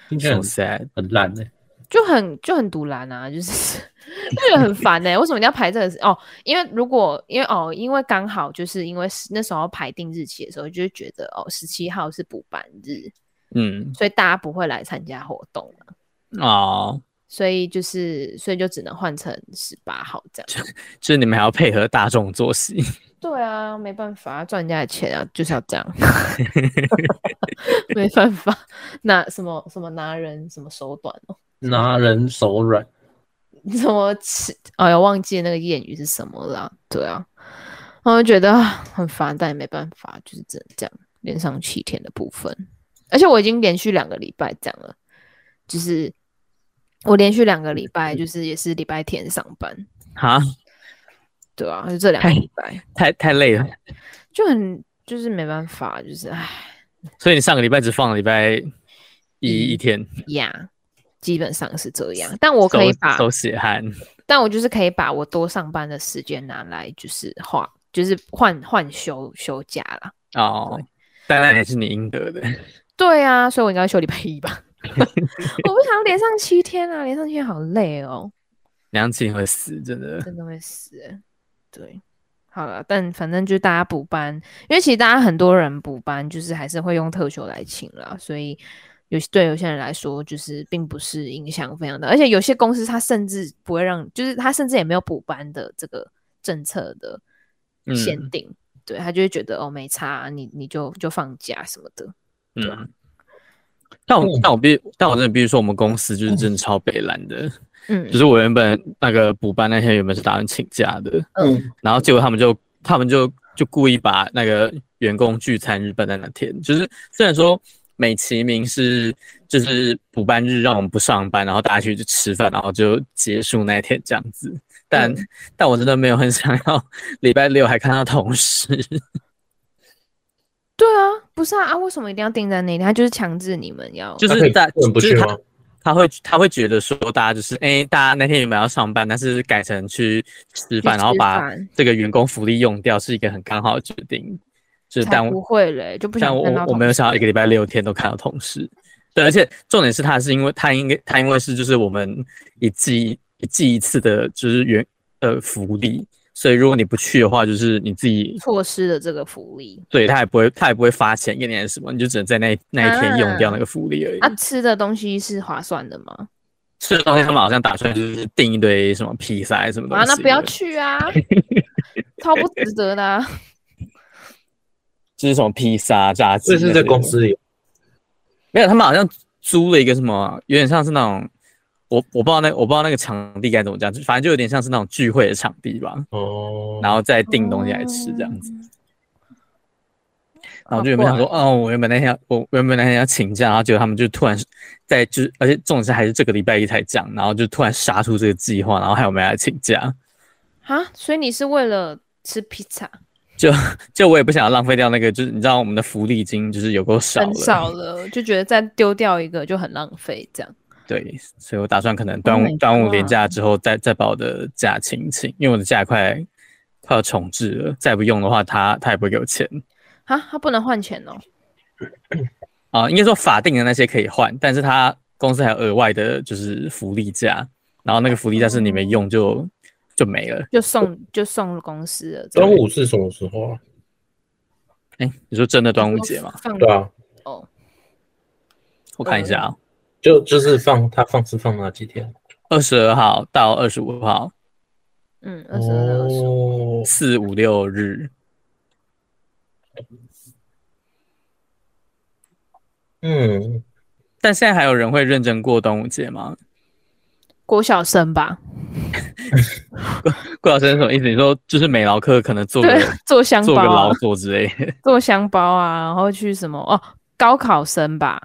Speaker 1: 听起来很
Speaker 2: So sad，
Speaker 1: 很烂欸呢、
Speaker 3: 就很就很独揽啊，就是 就觉得很烦呢、欸为什么一定要排这个时？哦，因为如果因为哦，因为刚好就是因为是那时候排定日期的时候，就会觉得哦，十七号是补班日，
Speaker 2: 嗯
Speaker 3: 所以大家不会来参加活动。啊
Speaker 2: 哦，
Speaker 3: 所以就是，所以就只能换成十八号这样。
Speaker 2: 就是你们还要配合大众作息，
Speaker 3: 对啊，没办法，赚人家的钱啊，就是要这样， 没办法，拿什么什么拿人什么手短哦，
Speaker 1: 拿人手软，
Speaker 3: 什么吃， 哎呀，忘记那个谚语是什么了啊。对啊，然后就觉得啊很烦，但也没办法，就是只能这样，连上七天的部分，而且我已经连续两个礼拜这样了，就是我连续两个礼
Speaker 2: 嗯
Speaker 3: 拜，就是也是礼拜天上班，
Speaker 2: 哈，
Speaker 3: 对啊，就这两个礼拜。
Speaker 2: 太太累了。
Speaker 3: 就很就是没办法，就是唉
Speaker 2: 所以你上个礼拜只放了礼拜
Speaker 3: 一
Speaker 2: 一一天，
Speaker 3: 呀，基本上是这样。但我可以
Speaker 2: 手
Speaker 3: 把，
Speaker 2: 手血汗，
Speaker 3: 但我就是可以把我多上班的时间拿来就是换，就是换换休休假啦。
Speaker 2: 哦，但那也是你应得的。
Speaker 3: 对啊，所以我应该休礼拜一吧。 我不想要连上七天啊，连上七天好累哦，
Speaker 2: 梁静会死，真的。
Speaker 3: 真的会死欸。对，好了，但反正就大家补班，因为其实大家很多人补班就是还是会用特休来请啦，所以有些对有些人来说就是并不是影响非常大，而且有些公司它甚至不会让，就是它甚至也没有补班的这个政策的
Speaker 2: 嗯
Speaker 3: 限定，对他就会觉得哦没差，你你就就放假什么的，
Speaker 2: 嗯。但我嗯但我必但我真的必须说，我们公司就是真的超北蓝的。
Speaker 3: 嗯
Speaker 2: 就是我原本那个补班那天原本是打算请假的，
Speaker 1: 嗯，
Speaker 2: 然后结果他们就他们就就故意把那个员工聚餐日办在那天，就是虽然说美其名是就是补班日让我们不上班，然后大家去吃饭，然后就结束那一天这样子，但、
Speaker 3: 嗯
Speaker 2: 但我真的没有很想要 礼拜六还看到同事，
Speaker 3: 对啊，不是啊啊，为什么一定要定在那里？他就是强制你们要，
Speaker 2: 就
Speaker 1: 那可
Speaker 2: 是
Speaker 1: 以
Speaker 2: 大
Speaker 1: 不能不
Speaker 2: 就是
Speaker 1: 去
Speaker 2: 他
Speaker 1: 吗？
Speaker 2: 他会他会觉得说大家就是哎、诶大家那天原本要上班，但是改成去吃饭，
Speaker 3: 去
Speaker 2: 然后
Speaker 3: 吃
Speaker 2: 把
Speaker 3: 饭
Speaker 2: 这个员工福利用掉，是一个很刚好的决定。就是
Speaker 3: 才
Speaker 2: 但
Speaker 3: 不会嘞，就不想
Speaker 2: 但我
Speaker 3: 看到
Speaker 2: 我
Speaker 3: 同
Speaker 2: 没有
Speaker 3: 事
Speaker 2: 想到一个礼拜六天都看到同事，对，而且重点是他是因为他应该他因为是就是我们一季一季一次的就是员呃福利，所以如果你不去的话，就是你自己
Speaker 3: 错失了这个福利。
Speaker 2: 对他也不会他也不会发钱给你还是什么，你就只能在那一那一天用掉那个福利而已。
Speaker 3: 啊，吃的东西是划算的吗？
Speaker 2: 吃的东西他们好像打算就是订一堆什么披萨还是什么东西
Speaker 3: 啊，
Speaker 2: 的，
Speaker 3: 那不要去 啊，超不值得的、啊。
Speaker 2: 就是什么披萨、炸鸡
Speaker 1: 这
Speaker 2: 那些的。
Speaker 1: 是在公司里，
Speaker 2: 没有，他们好像租了一个什么，有点像是那种，我我不知道那我不知道那个场地该怎么讲，就反正就有点像是那种聚会的场地吧，
Speaker 1: 哦，
Speaker 2: 然后再订东西来吃这样子。
Speaker 3: 嗯。
Speaker 2: 然后我就原本想说，
Speaker 3: 啊
Speaker 2: 哦，我原本那天要我原本那天要请假，然后结果他们就突然在就是，而且重点是还是这个礼拜一才讲，然后就突然杀出这个计划，然后还有没来请假，
Speaker 3: 啊，所以你是为了吃披萨，
Speaker 2: 就我也不想要浪费掉那个，就是你知道我们的福利金就是有够少了，
Speaker 3: 很少了，就觉得再丢掉一个就很浪费，这样。
Speaker 2: 对，所以我打算可能端午、
Speaker 3: ，Oh my
Speaker 2: 端午连
Speaker 3: God
Speaker 2: 假之后再再把我的假请一请，因为我的假快快要重置了，再不用的话他他也不会给我钱
Speaker 3: 啊，他不能换钱哦。
Speaker 2: 啊、应该说法定的那些可以换，但是他公司还有额外的就是福利假，然后那个福利假是你没
Speaker 3: 哦
Speaker 2: 用就就没了。
Speaker 3: 就送就送公司了。
Speaker 1: 端午是什么时候啊？
Speaker 2: 哎、你说真的端午节吗？
Speaker 3: 放
Speaker 1: 对啊，
Speaker 3: 哦，
Speaker 2: 我看一下啊，
Speaker 1: 就就是放他放是放哪几天？
Speaker 2: 二十二号到二十五号，
Speaker 3: 嗯，二十二、二十
Speaker 1: 哦，
Speaker 2: 四五六日，
Speaker 1: 嗯，
Speaker 2: 但现在还有人会认真过端午节吗？
Speaker 3: 国小生吧？
Speaker 2: 顾老师是什么意思？你说就是美劳课可能做
Speaker 3: 对
Speaker 2: 个，
Speaker 3: 做香
Speaker 2: 做
Speaker 3: 包
Speaker 2: 个
Speaker 3: 啊
Speaker 2: 劳，作之类的。
Speaker 3: 做香包啊，然后去什么哦，高考生吧？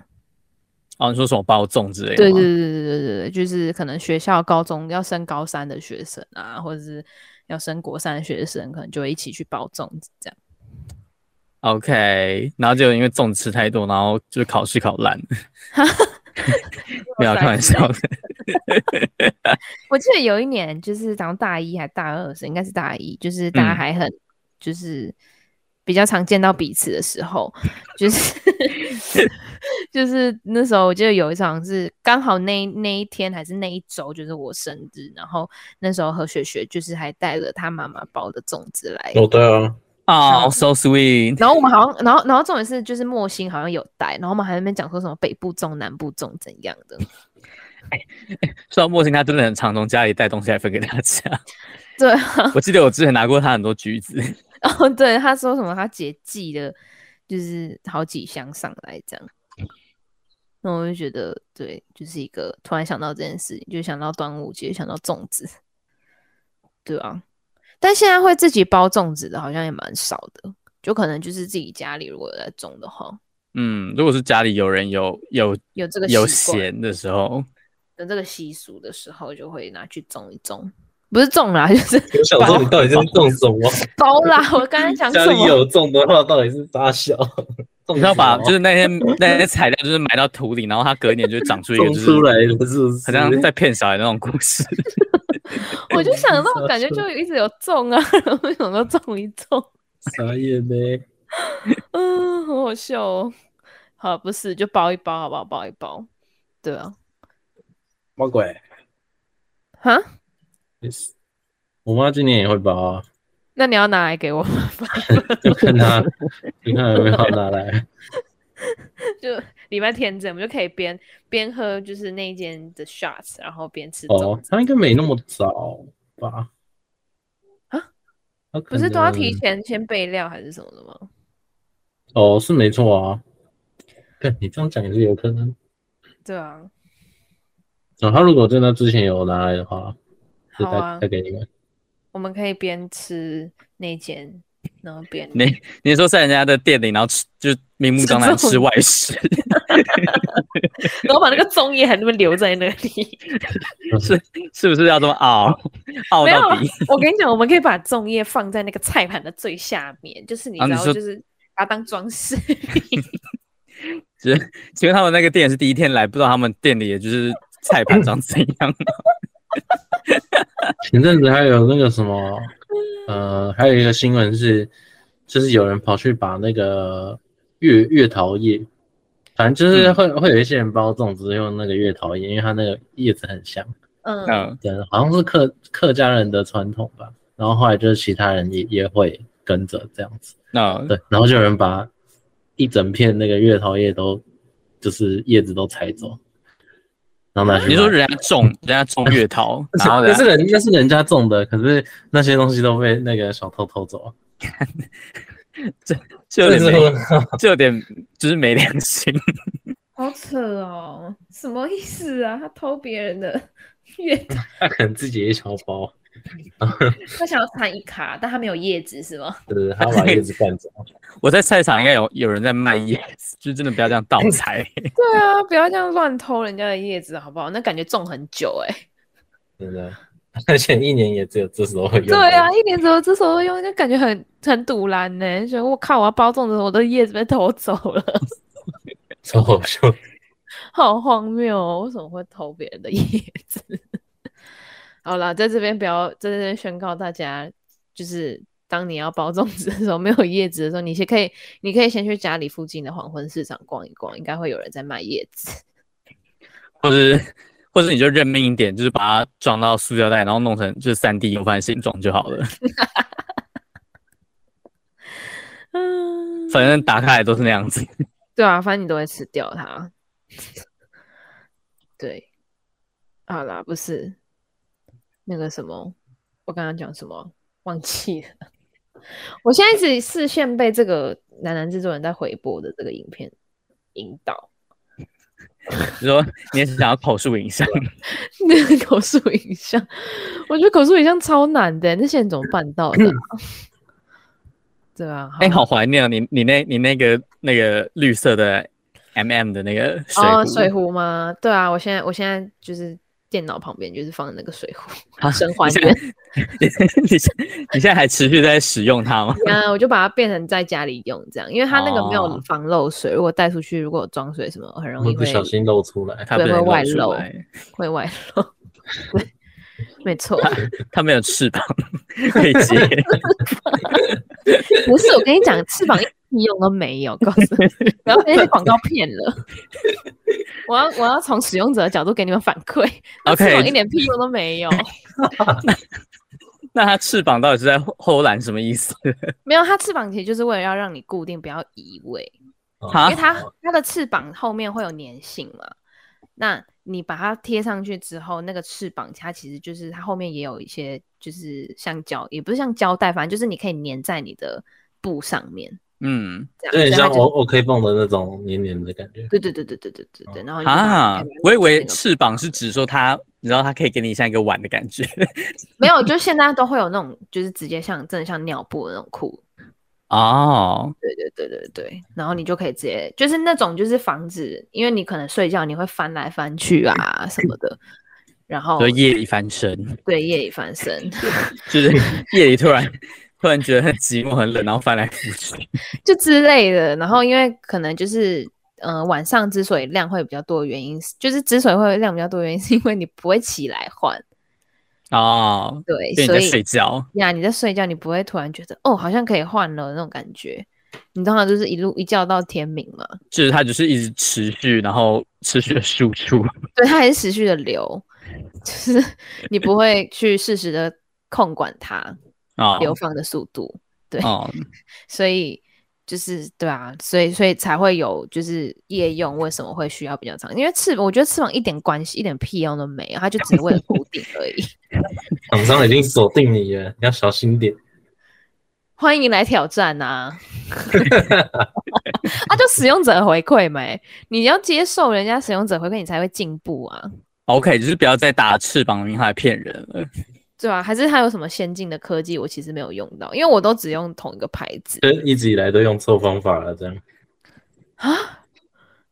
Speaker 2: 哦，你说什么包粽之类的？
Speaker 3: 对对对。对对对对，就是可能学校高中要升高三的学生啊，或者是要升国三的学生，可能就会一起去包粽子这样。
Speaker 2: OK，然后就因为粽子吃太多，然后就考试考烂。没有开玩笑的。
Speaker 3: 我记得有一年，就是好像大一还大二的时候，应该是大一，就是大家
Speaker 2: 嗯
Speaker 3: 还很、就是比较常见到彼此的时候，就是 就是那时候我记得有一场是刚好那那一天还是那一周，就是我生日，然后那时候何雪雪就是还带了她妈妈包的粽子来
Speaker 1: 哦对啊，
Speaker 2: 哦、s o sweet。
Speaker 3: 然后我们好像，然后然后重点是，就是莫欣好像有带，然后我们还在那边讲说什么北部粽、南部粽怎样的。
Speaker 2: 说到莫欣，他真的很常从家里带东西来分给大 家。
Speaker 3: 对啊，
Speaker 2: 我记得我之前拿过他很多橘子。
Speaker 3: 然后对他说什么，他姐寄了就是好几箱上来这样。那我就觉得，对，就是一个突然想到这件事情，就想到端午节，想到粽子，对啊。但现在会自己包粽子的，好像也蛮少的，就可能就是自己家里如果有在种的话，
Speaker 2: 嗯，如果是家里有人有有
Speaker 3: 有这个
Speaker 2: 有
Speaker 3: 习惯
Speaker 2: 闲的时候，
Speaker 3: 有这个习俗的时候，就会拿去种一种，不是种啦， 就是
Speaker 1: 我想说你到底是种什么？
Speaker 3: 包啦。我刚才讲
Speaker 1: 家
Speaker 3: 什
Speaker 1: 里
Speaker 3: 么？
Speaker 1: 有种的话，到底是啥小？种
Speaker 2: 你知道把
Speaker 1: 什么
Speaker 2: 就是那些那些材料就是埋到土里，然后它隔一年就长出一个
Speaker 1: 种
Speaker 2: 就是
Speaker 1: 出来的是不是？
Speaker 2: 好像在骗小孩那种故事。
Speaker 3: 我就想 到，感觉
Speaker 1: 是
Speaker 3: 就一直有种啊， 然后想到种一种，
Speaker 1: 傻眼欸呢。
Speaker 3: 嗯，好好笑哦。好，不是就包一包，好不好？包一包，对啊，
Speaker 1: 猫鬼，
Speaker 3: 哈，
Speaker 1: 我妈今年也会包啊，
Speaker 3: 那你要拿来给我吗？
Speaker 1: 就看他，你看有没有拿来。
Speaker 3: 就礼拜天这样，我们就可以边边喝就是那一间的 shots，然后边吃
Speaker 1: 哦
Speaker 3: 粽，子。
Speaker 1: 他应该没那么早吧？
Speaker 3: 啊？
Speaker 1: 他可
Speaker 3: 不是都要提
Speaker 1: 能
Speaker 3: 前先备料还是什么的吗？
Speaker 1: 哦，是没错啊。对你这样讲也是有可能。
Speaker 3: 对啊，
Speaker 1: 哦，他如果在那之前有拿来的话，就
Speaker 3: 好
Speaker 1: 带、
Speaker 3: 啊
Speaker 1: 带，给你们。
Speaker 3: 我们可以边吃那间，然后边
Speaker 2: 你你说在人家的店里，然后吃就明目张胆
Speaker 3: 吃粽
Speaker 2: 吃外食，
Speaker 3: 然后把那个粽叶还那么留在那里。
Speaker 2: 是是不 是要这么熬熬
Speaker 3: 没有
Speaker 2: 到
Speaker 3: 啊
Speaker 2: 底？，
Speaker 3: 我跟你讲，我们可以把粽叶放在那个菜盘的最下面，就是你
Speaker 2: 啊
Speaker 3: 知
Speaker 2: 你
Speaker 3: 道，
Speaker 2: 说
Speaker 3: 就是把它当装饰。
Speaker 2: 只请问他们那个店是第一天来，不知道他们店里也就是菜盘长怎 样？
Speaker 1: 前阵子还有那个什么，呃，还有一个新闻是，就是有人跑去把那个月月桃叶，反正
Speaker 2: 嗯
Speaker 1: 就是会、会有一些人包粽子用那个月桃叶，因为它那个叶子很香，
Speaker 3: 嗯，
Speaker 2: 嗯，
Speaker 1: 对，好像是客客家人的传统吧。然后后来就是其他人也也会跟着这样子，
Speaker 2: 那
Speaker 1: 对，啊然后就有人把一整片那个月桃叶都就是叶子都采走，然后拿去
Speaker 2: 你说
Speaker 1: 卖
Speaker 2: 人家种人家种 月桃，然后
Speaker 1: 那
Speaker 2: 人
Speaker 1: 是
Speaker 2: 家
Speaker 1: 人那是人家种的，可是那些东西都被那个小偷偷走了，
Speaker 2: 就有点
Speaker 1: 这
Speaker 2: 没
Speaker 1: 是
Speaker 2: 就有点就是没良心。
Speaker 3: 好扯哦，什么意思啊？他偷别人的 月桃，
Speaker 1: 他 可能自己也想包，
Speaker 3: 他想要掺一卡，但他没有叶子是吗？
Speaker 1: 就是他把叶子干走。
Speaker 2: 我在菜场应该有有人在卖叶子，就真的不要这样盗 采。
Speaker 3: 对啊，不要这样乱偷人家的叶子好不好？那感觉种很久哎、
Speaker 1: 真的，而且一年也只有这时候会用。
Speaker 3: 对啊，，一年之后这时候用，就感觉很很堵然呢、觉得我靠，我要包粽子，我的叶子被偷走了，
Speaker 1: 超好笑。
Speaker 3: 好荒谬哦！为什么会偷别人的叶子？ 好啦，在这边不要在这边宣告大家，就是当你要包粽子的时候，没有叶子的时候，你先可以，你可以先去家里附近的黄昏市场逛一逛，应该会有人在卖叶子。
Speaker 2: 或是或是你就认命一点，就是把它装到塑胶袋，然后弄成就是三 D 油饭形状就好了。
Speaker 3: 嗯，
Speaker 2: 反正打开来都是那样子。
Speaker 3: 对啊，反正你都会吃掉它。 对，好啦，不是那个什么，我刚刚讲什么忘记了。 我现在一直视线被这个男男制作人在回播的这个影片引导，
Speaker 2: 你说你也是想要口述影像，
Speaker 3: 那个口述影像，我觉得口述影像超难的，欸那些人怎么办到的啊、 对啊，
Speaker 2: 哎、
Speaker 3: 啦
Speaker 2: 好怀念哦！你你那你那个那个绿色的 MM 的那个水壶，
Speaker 3: 哦，水壶吗？对啊，我现在我现在就是电脑旁边就是放那个水壶，
Speaker 2: 啊
Speaker 3: 神还
Speaker 2: 你现
Speaker 3: 原。
Speaker 2: 你你现你现在还持续在使用它吗？
Speaker 3: 啊，我就把它变成在家里用这样，因为它那个没有
Speaker 2: 哦
Speaker 3: 防漏水，如果带出去，如果有装水什么，很容
Speaker 1: 会
Speaker 3: 易
Speaker 1: 不
Speaker 3: 会
Speaker 1: 小心露出来，
Speaker 2: 它不
Speaker 3: 对
Speaker 2: 能
Speaker 3: 会外
Speaker 2: 露出
Speaker 3: 露
Speaker 2: 来，
Speaker 3: 会外漏。对，没 错，
Speaker 2: 它没有翅膀可以接。
Speaker 3: 不是我跟你讲，翅膀一屁用都没有，告诉你，不要被那些广告骗了。我要我要从使用者的角度给你们反馈，那翅
Speaker 2: OK
Speaker 3: 膀一点屁用都没有，
Speaker 2: 那它翅膀到底是在偷懒什么意思？
Speaker 3: 没有它翅膀其实就是为了要让你固定，不要移位。
Speaker 1: 嗯
Speaker 2: 啊
Speaker 3: 因为它它的翅膀后面会有粘性嘛，那你把它贴上去之后，那个翅膀它其实就是它后面也有一些就是像胶，也不是像胶带，反正就是你可以粘在你的布上面，
Speaker 2: 嗯
Speaker 3: 这样
Speaker 1: 有点
Speaker 3: 所以它
Speaker 1: 像
Speaker 3: 就
Speaker 1: O OK 泵的那种黏黏的感觉。
Speaker 3: 对对对对对对对对，然后你就把它
Speaker 2: 啊
Speaker 3: 给它，
Speaker 2: 我以为
Speaker 3: 那个
Speaker 2: 翅膀是指说它，你知道它可以给你像一个碗的感觉
Speaker 3: 没有，就现在都会有那种就是直接像真的像尿布的那种裤，
Speaker 2: 哦。
Speaker 3: 对对对对对，然后你就可以直接就是那种就是防止，因为你可能睡觉你会翻来翻去啊什么的，然后
Speaker 2: 就夜里翻身，
Speaker 3: 对夜里翻身。
Speaker 2: 就是夜里突然突然觉得很寂寞很冷，然后翻来覆去。
Speaker 3: 就之类的。然后因为可能就是，嗯、晚上之所以量会比较多的原因是，就是之所以会量比较多的原因，是因为你不会起来换，
Speaker 2: 哦，
Speaker 3: 对，
Speaker 2: 对，你
Speaker 3: 所
Speaker 2: 在
Speaker 3: 以
Speaker 2: 睡觉，
Speaker 3: 呀，你在睡觉，你不会突然觉得哦，好像可以换了那种感觉。你通常就是一路一觉到天明嘛，
Speaker 2: 就是它就是一直持续，然后持续的输出。
Speaker 3: 对，它还是持续的流，就是你不会去适时的控管它，
Speaker 2: 啊
Speaker 3: 流放的速度，对，
Speaker 2: 哦，
Speaker 3: 所以就是对啊，所以所以才会有就是夜用为什么会需要比较长？因为翅我觉得翅膀一点关系一点屁用都没有，它就只是为了固定而已。
Speaker 1: 厂商已经锁定你了，你要小心点。
Speaker 3: 欢迎来挑战呐、 啊！就使用者回馈没，你要接受人家使用者回馈，你才会进步啊，
Speaker 2: OK，就是 不要再打翅膀名号来骗人了。
Speaker 3: 对吧、啊还是它有什么先进的科技，我其实没有用到，因为我都只用同一个牌子
Speaker 1: 就是一直以来都用错方法了，这样。
Speaker 3: 啊，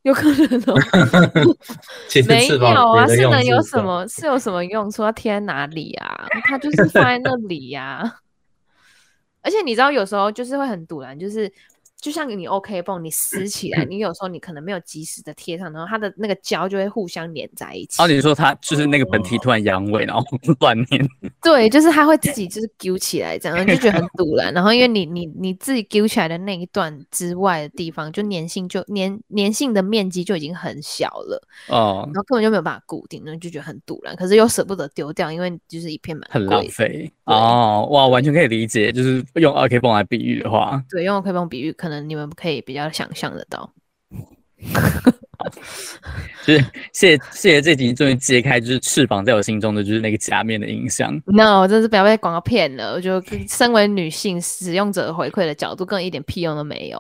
Speaker 3: 有可能哦、
Speaker 1: 其实
Speaker 3: 没
Speaker 1: 翅
Speaker 3: 有
Speaker 1: 膀
Speaker 3: 啊，
Speaker 1: 别的
Speaker 3: 是
Speaker 1: 用
Speaker 3: 能
Speaker 1: 处
Speaker 3: 有
Speaker 1: 的
Speaker 3: 什？么是有什么用处？它贴在哪里啊？它 就是放在那里呀、而且你知道，有时候就是会很堵然，就是就像你 OK 绷，你撕起来，你有时候你可能没有及时的贴上，然后它的那个胶就会互相粘在一起。
Speaker 2: 哦，你说他就是那个本体突然阳痿，然后 乱念，
Speaker 3: 对，就是它会自己就是揪起来，这样就觉得很堵然。然后因为你你你自己揪起来的那一段之外的地方，就粘性就粘粘性的面积就已经很小了。
Speaker 2: 哦
Speaker 3: 然，后根本就没有办法固定，那就觉得很堵然，可是又舍不得丢掉，因为就是一片蛮
Speaker 2: 很浪
Speaker 3: 贵的。
Speaker 2: 费哦，哇，完全可以理解，就是用二 K 泵来比喻的话，
Speaker 3: 对，用可以帮比喻，可能你们可以比较想象得到。
Speaker 2: 就是谢谢谢这集终于揭开，就是翅膀在我心中的就是那个假面的印象。
Speaker 3: No，真是不要被广告骗了。我就身为女性使用者回馈的角度，更一点屁用都没有。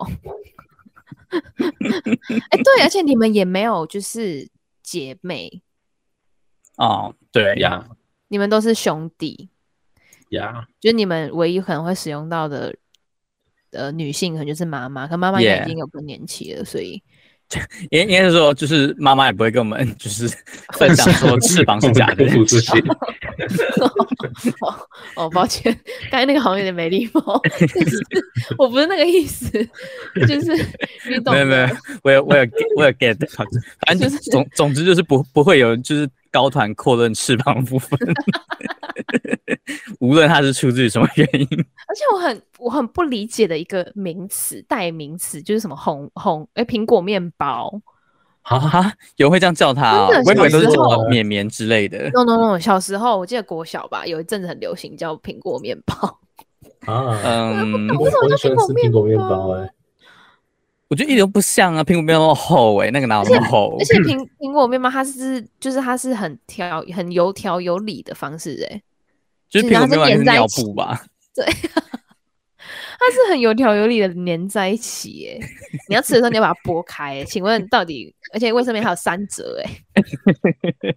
Speaker 3: 哎、对，而且你们也没有就是姐妹，
Speaker 2: 哦，对呀，
Speaker 1: 呀
Speaker 3: 你们都是兄弟，
Speaker 1: 呀，
Speaker 3: 就是你们唯一可能会使用到的。呃，女性可能就是妈妈，可妈妈应该
Speaker 2: Yeah
Speaker 3: 已经有更年期了所以
Speaker 2: 应应该是说，就是妈妈也不会跟我们就是 分享说翅膀 是假的。
Speaker 1: 吐出去。
Speaker 3: 哦哦，抱歉，刚才那个好像有点没礼貌， 但是我不是那个意思，就是你懂
Speaker 2: 没有没有
Speaker 3: 的，，
Speaker 2: 我有我有 get- 我有 get，到反正
Speaker 3: 就是
Speaker 2: 总总之就是不不会有就是高团阔论翅膀部分，无论它是出自于什么原因。
Speaker 3: 而且我很我很不理解的一个名词，代名词就是什么红红哎苹果面包
Speaker 1: 啊，
Speaker 2: 啊，有人会这样叫它、哦
Speaker 3: 真，
Speaker 2: 我
Speaker 3: 的
Speaker 2: 以为都是
Speaker 1: 小时候
Speaker 2: 叫绵绵之类 的。
Speaker 3: ，no no no，小时候我记得国小吧，有一阵子很流行叫苹果面
Speaker 2: 哦
Speaker 3: 包，
Speaker 1: 啊，
Speaker 2: 嗯，
Speaker 3: 为什么
Speaker 1: 我很
Speaker 3: 叫
Speaker 1: 喜欢吃苹
Speaker 3: 苹
Speaker 1: 果
Speaker 3: 果
Speaker 1: 面
Speaker 3: 面
Speaker 1: 包
Speaker 3: 包啊
Speaker 1: 哎，
Speaker 2: 我觉得一点都不像啊，苹果没有那么厚诶、那个哪有那么厚
Speaker 3: 而？且苹苹果面包它是就是它是很条很有条有理的方式哎、
Speaker 2: 就是苹果没有完全是
Speaker 3: 然
Speaker 2: 尿
Speaker 3: 后是粘在一起
Speaker 2: 布吧？
Speaker 3: 它是很有条有理的粘在一起 耶。你要吃的时候，你要把它剥开耶。请问到底，而且卫生棉还有三折哎。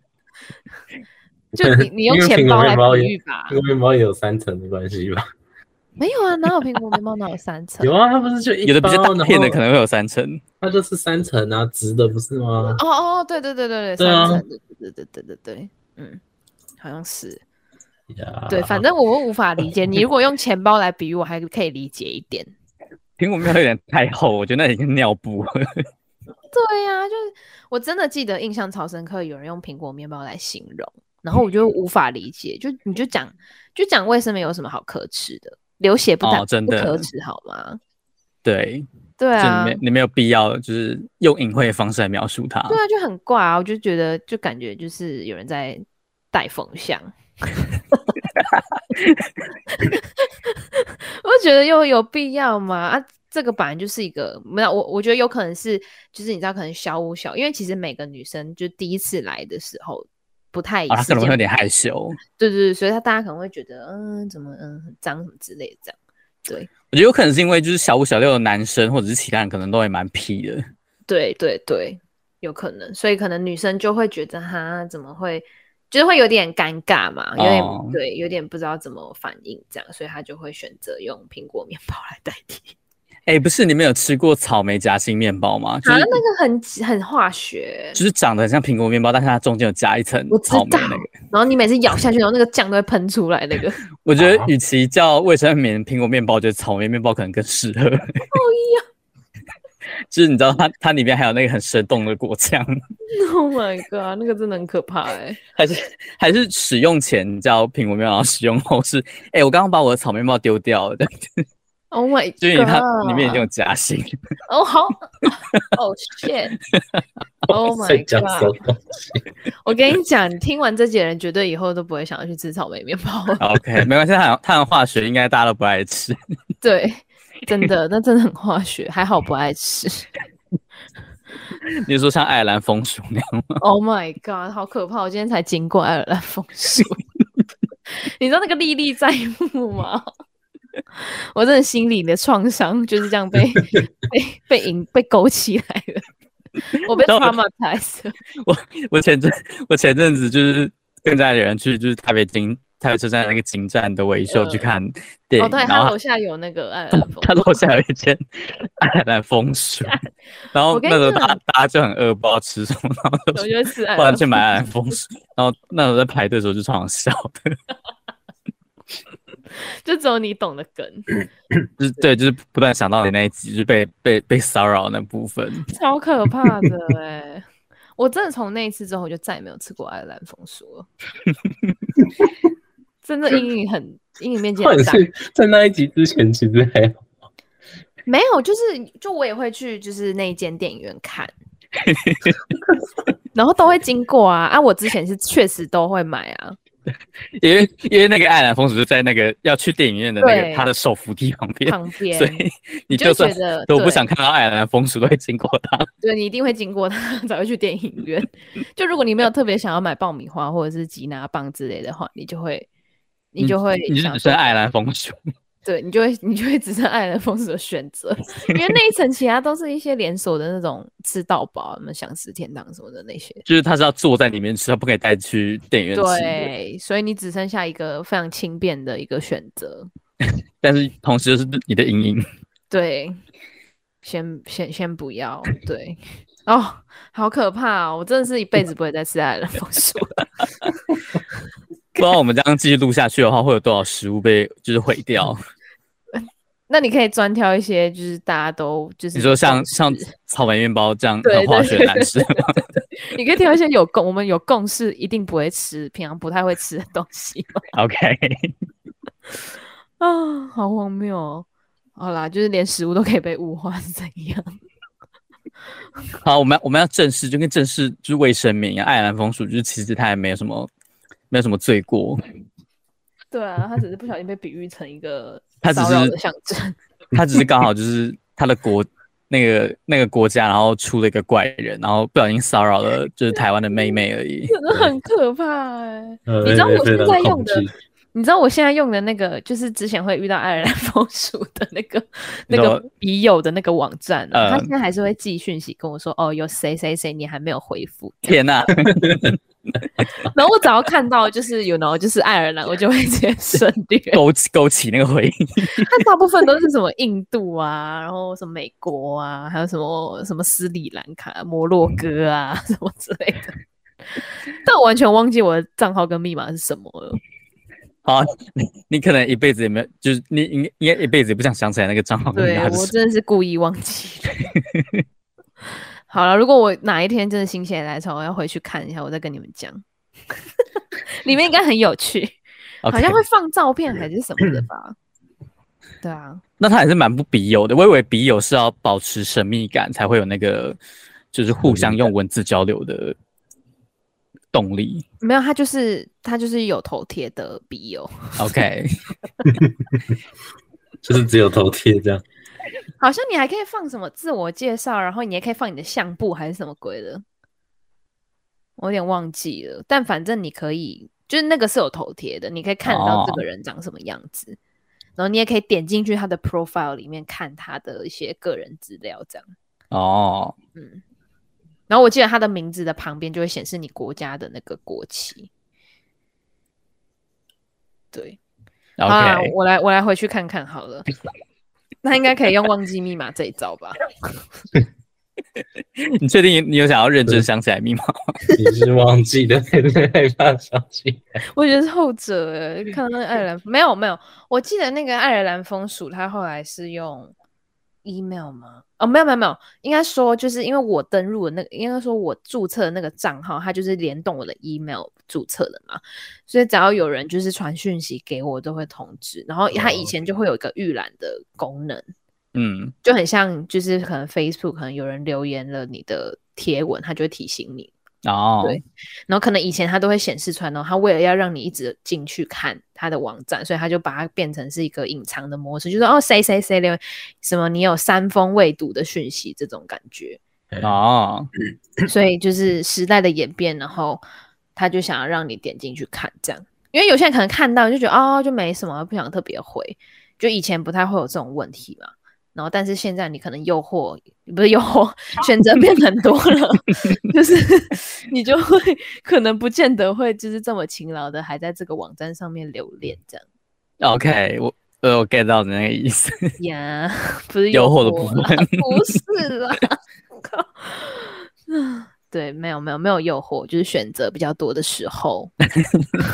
Speaker 3: 就你你用
Speaker 1: 因为
Speaker 3: 钱
Speaker 1: 苹果
Speaker 3: 包来
Speaker 1: 面包
Speaker 3: 比
Speaker 1: 也
Speaker 3: 喻吧
Speaker 1: 苹？果面包也有三层的关系吧？
Speaker 3: 没有啊，哪有苹果面包哪有三 层？哦
Speaker 1: 有啊，它不是就一
Speaker 2: 有的比较
Speaker 1: 包
Speaker 2: 大片
Speaker 1: 哦
Speaker 2: 的
Speaker 1: 然后
Speaker 2: 可能会有三层。
Speaker 1: 它就是三层啊，直的不是吗？
Speaker 3: 哦哦，对对对对对，
Speaker 1: 对啊
Speaker 3: 三层，对对对对对对，嗯，好像是。
Speaker 1: 呀，
Speaker 3: 对，反正我无法理解。你如果用钱包来比喻，我还可以理解一点。
Speaker 2: 苹果面包有点太厚，我觉得那已经尿布了。
Speaker 3: 对呀、就是我真的记得印象超深刻，有人用苹果面包来形容，然后我
Speaker 2: 嗯
Speaker 3: 就无法理解，就你就讲就讲卫生棉有什么好可耻的，流血不打、
Speaker 2: 哦真
Speaker 3: 不
Speaker 2: 的
Speaker 3: 可耻好吗？
Speaker 2: 对，
Speaker 3: 对
Speaker 2: 就
Speaker 3: 啊
Speaker 2: 你没，你没有必要就是用隐晦的方式来描述它。
Speaker 3: 对啊，就很怪啊，我就觉得就感觉就是有人在带风向。 我就觉得又有必要吗？啊，这个本来就是一个没有我，我觉得有可能是就是你知道，可能小五小，因为其实每个女生就第一次来的时候不太一
Speaker 2: 啊，他可能会有
Speaker 3: 样。
Speaker 2: 点害羞。
Speaker 3: 对对对，所以他大家可能会觉得，嗯，怎么嗯很脏什么之类的这样。对
Speaker 2: 我觉得有可能是因为就是小五小六的男生或者是其他人可能都会蛮屁的。
Speaker 3: 对对对，有可能，所以可能女生就会觉得哈，怎么会，就是会有点尴尬嘛，有点、
Speaker 2: 哦
Speaker 3: 对，有点不知道怎么反应这样，所以她就会选择用苹果面包来代替。
Speaker 2: 哎、不是你们有吃过草莓夹心面包吗？就
Speaker 3: 啊，
Speaker 2: 是、
Speaker 3: 那个很很化学，
Speaker 2: 就是长得很像苹果面包，但是它中间有加一层
Speaker 3: 我知
Speaker 2: 草莓
Speaker 3: 道
Speaker 2: 那个。
Speaker 3: 然后你每次咬下去，然后那个酱都会喷出来，那个
Speaker 2: 我觉得
Speaker 1: 啊
Speaker 2: 与其叫卫生棉苹果面包，我觉得草莓面包可能更适合。 就是你知道它它里面还有那个很生动的果酱，
Speaker 3: ，Oh my god，那个真的很可怕哎、
Speaker 2: 还是还是使用前叫苹果面包，然后使用后是哎、我刚刚把我的草莓面包丢掉了。
Speaker 3: Oh my，
Speaker 2: 就是你它
Speaker 3: God
Speaker 2: 里面已经有夹心，
Speaker 3: 哦好，Oh shit，Oh，Oh my
Speaker 1: 在讲什
Speaker 3: god！
Speaker 1: 么？
Speaker 3: 我跟你讲，你听完这些人绝对以后都不会想要去吃草莓面包了。
Speaker 2: OK，没关系，碳碳化学应该大家都不爱吃。
Speaker 3: 对，真的，那真的很化学，还好不爱吃。
Speaker 2: 你是说像爱尔兰风俗那样 吗？
Speaker 3: Oh my god，好可怕！我今天才经过爱尔兰风俗， 你知道那个历历在目吗？我真的心里的创伤就是这 样被被被引被勾起来了，我被
Speaker 2: 然后
Speaker 3: traumatized 了。
Speaker 2: 我前阵我前阵子就是跟家里人去，就是台北京台北车站那个京站的维修
Speaker 3: 嗯
Speaker 2: 去看电
Speaker 3: 哦，
Speaker 2: 影，
Speaker 3: 对，
Speaker 2: 然
Speaker 3: 他
Speaker 2: 后
Speaker 3: 楼下有那个爱尔兰风
Speaker 2: 他楼下有一间 爱尔兰风 俗，然后
Speaker 3: 我跟
Speaker 2: 那
Speaker 3: 你
Speaker 2: 时候
Speaker 3: 讲
Speaker 2: 大家大家就很饿，不知道吃什么，然后
Speaker 3: 俗，
Speaker 2: 就
Speaker 3: 我就吃爱
Speaker 2: 不
Speaker 3: 尔
Speaker 2: 然
Speaker 3: 兰
Speaker 2: 去
Speaker 3: 风
Speaker 2: 买爱尔兰风俗，然后那时候在排队的时候就常常笑的，
Speaker 3: 就只有你懂的梗，
Speaker 2: 就是对，就是不断想到你那一集，就是被被被骚扰那部分。
Speaker 3: 超可怕 的哎、我真的从那一次之后，我就再也没有吃过爱尔兰风薯 了，真的阴影很阴影面积
Speaker 1: 或
Speaker 3: 很
Speaker 1: 者
Speaker 3: 大。
Speaker 1: 是在那一集之前，其实还好
Speaker 3: 没有，就是就我也会去就是那一间电影院 看，然后都会经过啊啊！我之前是确实都会买 啊，
Speaker 2: 因为因为那个爱尔兰风俗就在那个要去电影院的那
Speaker 3: 对
Speaker 2: 个他的手扶梯旁边，
Speaker 3: 旁边
Speaker 2: 所以你
Speaker 3: 你
Speaker 2: 就
Speaker 3: 就
Speaker 2: 算
Speaker 3: 觉得
Speaker 2: 都不
Speaker 3: 对
Speaker 2: 想看到爱尔兰风俗都会经过它。
Speaker 3: 对你一定会经过它 才会去电影院。就如果你没有特别想要买爆米花或者是吉拿棒之类的话，你就会你就会
Speaker 2: 嗯你就
Speaker 3: 想
Speaker 2: 只
Speaker 3: 说
Speaker 2: 剩爱尔兰风俗，
Speaker 3: 对你就会你就会只剩爱尔兰风俗的选 择，因为那一层其他都是一些连锁的那种吃到饱，啊什么享食天堂什么的那些。
Speaker 2: 就是他是要坐在里面吃，他不可以带去电影院吃。，
Speaker 3: 对，所以你只剩下一个非常轻便的一个选择。
Speaker 2: 但是同时就是你的阴影。
Speaker 3: 对，先先先不要。对，哦，好可怕、哦！我真的是一辈子不会再吃爱尔兰风薯了。
Speaker 2: 不知道我们这样继续录下去的话，会有多少食物被就是毁掉？
Speaker 3: 嗯那你可以专挑一些，就是大家都就是
Speaker 2: 你说像
Speaker 3: 共识
Speaker 2: 像草莓面包这样
Speaker 3: 对
Speaker 2: 很化
Speaker 3: 对
Speaker 2: 学
Speaker 3: 对
Speaker 2: 难吃，
Speaker 3: 你可以挑一些有共我们有共识一定不会吃，平常不太会吃的东西。
Speaker 2: OK，
Speaker 3: 啊，好荒谬哦！好啦，就是连食物都可以被物化是怎样？
Speaker 2: 好，我们我们要正视，就跟正视就是卫生棉一样，爱尔兰风俗就是其实它也没有什么没有什么罪过，
Speaker 3: 对啊，他只是不小心被比喻成一个
Speaker 2: 他只
Speaker 3: 骚扰
Speaker 2: 是
Speaker 3: 的象征。
Speaker 2: 他只是刚好就是他的国那个那个国家，然后出了一个怪人，然后不小心骚扰了就是台湾的妹妹而已。
Speaker 3: 真的很可怕哎、
Speaker 1: 呃
Speaker 3: 你知道我
Speaker 1: 非
Speaker 3: 现
Speaker 1: 常
Speaker 3: 在用
Speaker 1: 恐
Speaker 3: 的
Speaker 1: 惧
Speaker 3: 你知道我现在用的那个，就是之前会遇到爱尔兰风俗的那个
Speaker 2: 你
Speaker 3: 那
Speaker 2: 说
Speaker 3: 个笔友的那个网站、啊，他
Speaker 2: 呃
Speaker 3: 现在还是会寄讯息跟我说，哦，有谁谁谁你还没有回复。
Speaker 2: 天呐、
Speaker 3: 然后我只要看到就是有 you know 就是爱尔兰，我就会直接省略。
Speaker 2: 勾起勾起那个回忆，
Speaker 3: 它大部分都是什么印度啊，然后什么美国啊，还有什么什么斯里兰卡、摩洛哥啊 什么之类的。但我完全忘记我的账号跟密码是什么了。
Speaker 2: 好，你你可能一辈子也没有，就是你应该应该一辈子也不想想起来那个账号跟
Speaker 3: 对
Speaker 2: 他
Speaker 3: 我
Speaker 2: 是
Speaker 3: 真的是故意忘记的。 好了，如果我哪一天真的心血来潮，我要回去看一下，我再跟你们讲。 里面应该很有趣
Speaker 2: OK
Speaker 3: 好像会放照片还是什么的 吧？对啊，
Speaker 2: 那他也是蛮不笔友的。我以为笔友是要保持神秘感才会有那个，就是互相用文字交流的动力。
Speaker 3: 没有，他就是他就是有头贴的笔友。
Speaker 2: OK，
Speaker 1: 就是只有头贴这样，
Speaker 3: 好像你还可以放什么自我介绍，然后你也可以放你的相簿还是什么鬼的，我有点忘记了。但反正你可以，就是那个是有头贴的，你可以看得到这个人长什么样子，然后你也可以点进去他的 profile 里面看他的一些个人资料这样。
Speaker 2: 哦，
Speaker 3: 嗯，然后我记得他的名字的旁边就会显示你国家的那个国旗。对，
Speaker 2: o
Speaker 3: 好啦
Speaker 2: k
Speaker 3: 我来我来回去看看好了。 那应该可以用忘记密码这一招吧？
Speaker 2: 你确定你有想要认真想起来密码吗？
Speaker 1: 你是忘记 的，害怕想起。
Speaker 3: 我觉得是后者欸，看到那个爱尔兰没有没有，我记得那个爱尔兰风俗，它后来是用 email 吗？哦，没有没有没有，应该说就是因为我登录的那个，应该说我注册的那个账号，它就是联动我的 email 注册的嘛，所以只要有人就是传讯息给我，都会通知。然后它以前就会有一个预览的功能，
Speaker 2: 嗯，
Speaker 3: 就很像就是可能 Facebook 可能有人留言了你的贴文，它就会提醒你。
Speaker 2: 哦，
Speaker 3: 对然后可能以前它都会显示出来，然后它为了要让你一直进去看它的网站，所以它就把它变成是一个隐藏的模式，就是哦谁谁谁留什么你有三封未读的讯息这种感觉。
Speaker 2: 哦，
Speaker 3: 所以就是时代的演变，然后他就想要让你点进去看这样，因为有些人可能看到就觉得哦就没什么，不想特别回，就以前不太会有这种问题嘛。然后但是现在你可能诱惑不是诱惑， 选择变很多了，就是 你就会 可能不见得会就是这么勤劳的还在这个网站上面留恋这样
Speaker 2: OK，我呃我 get 到你那个意思，
Speaker 3: 呀 不是
Speaker 2: 诱惑的部
Speaker 3: 部
Speaker 2: 分，
Speaker 3: 不是 啦，靠，对，没有没有没有诱惑，就是选择比较多的时候。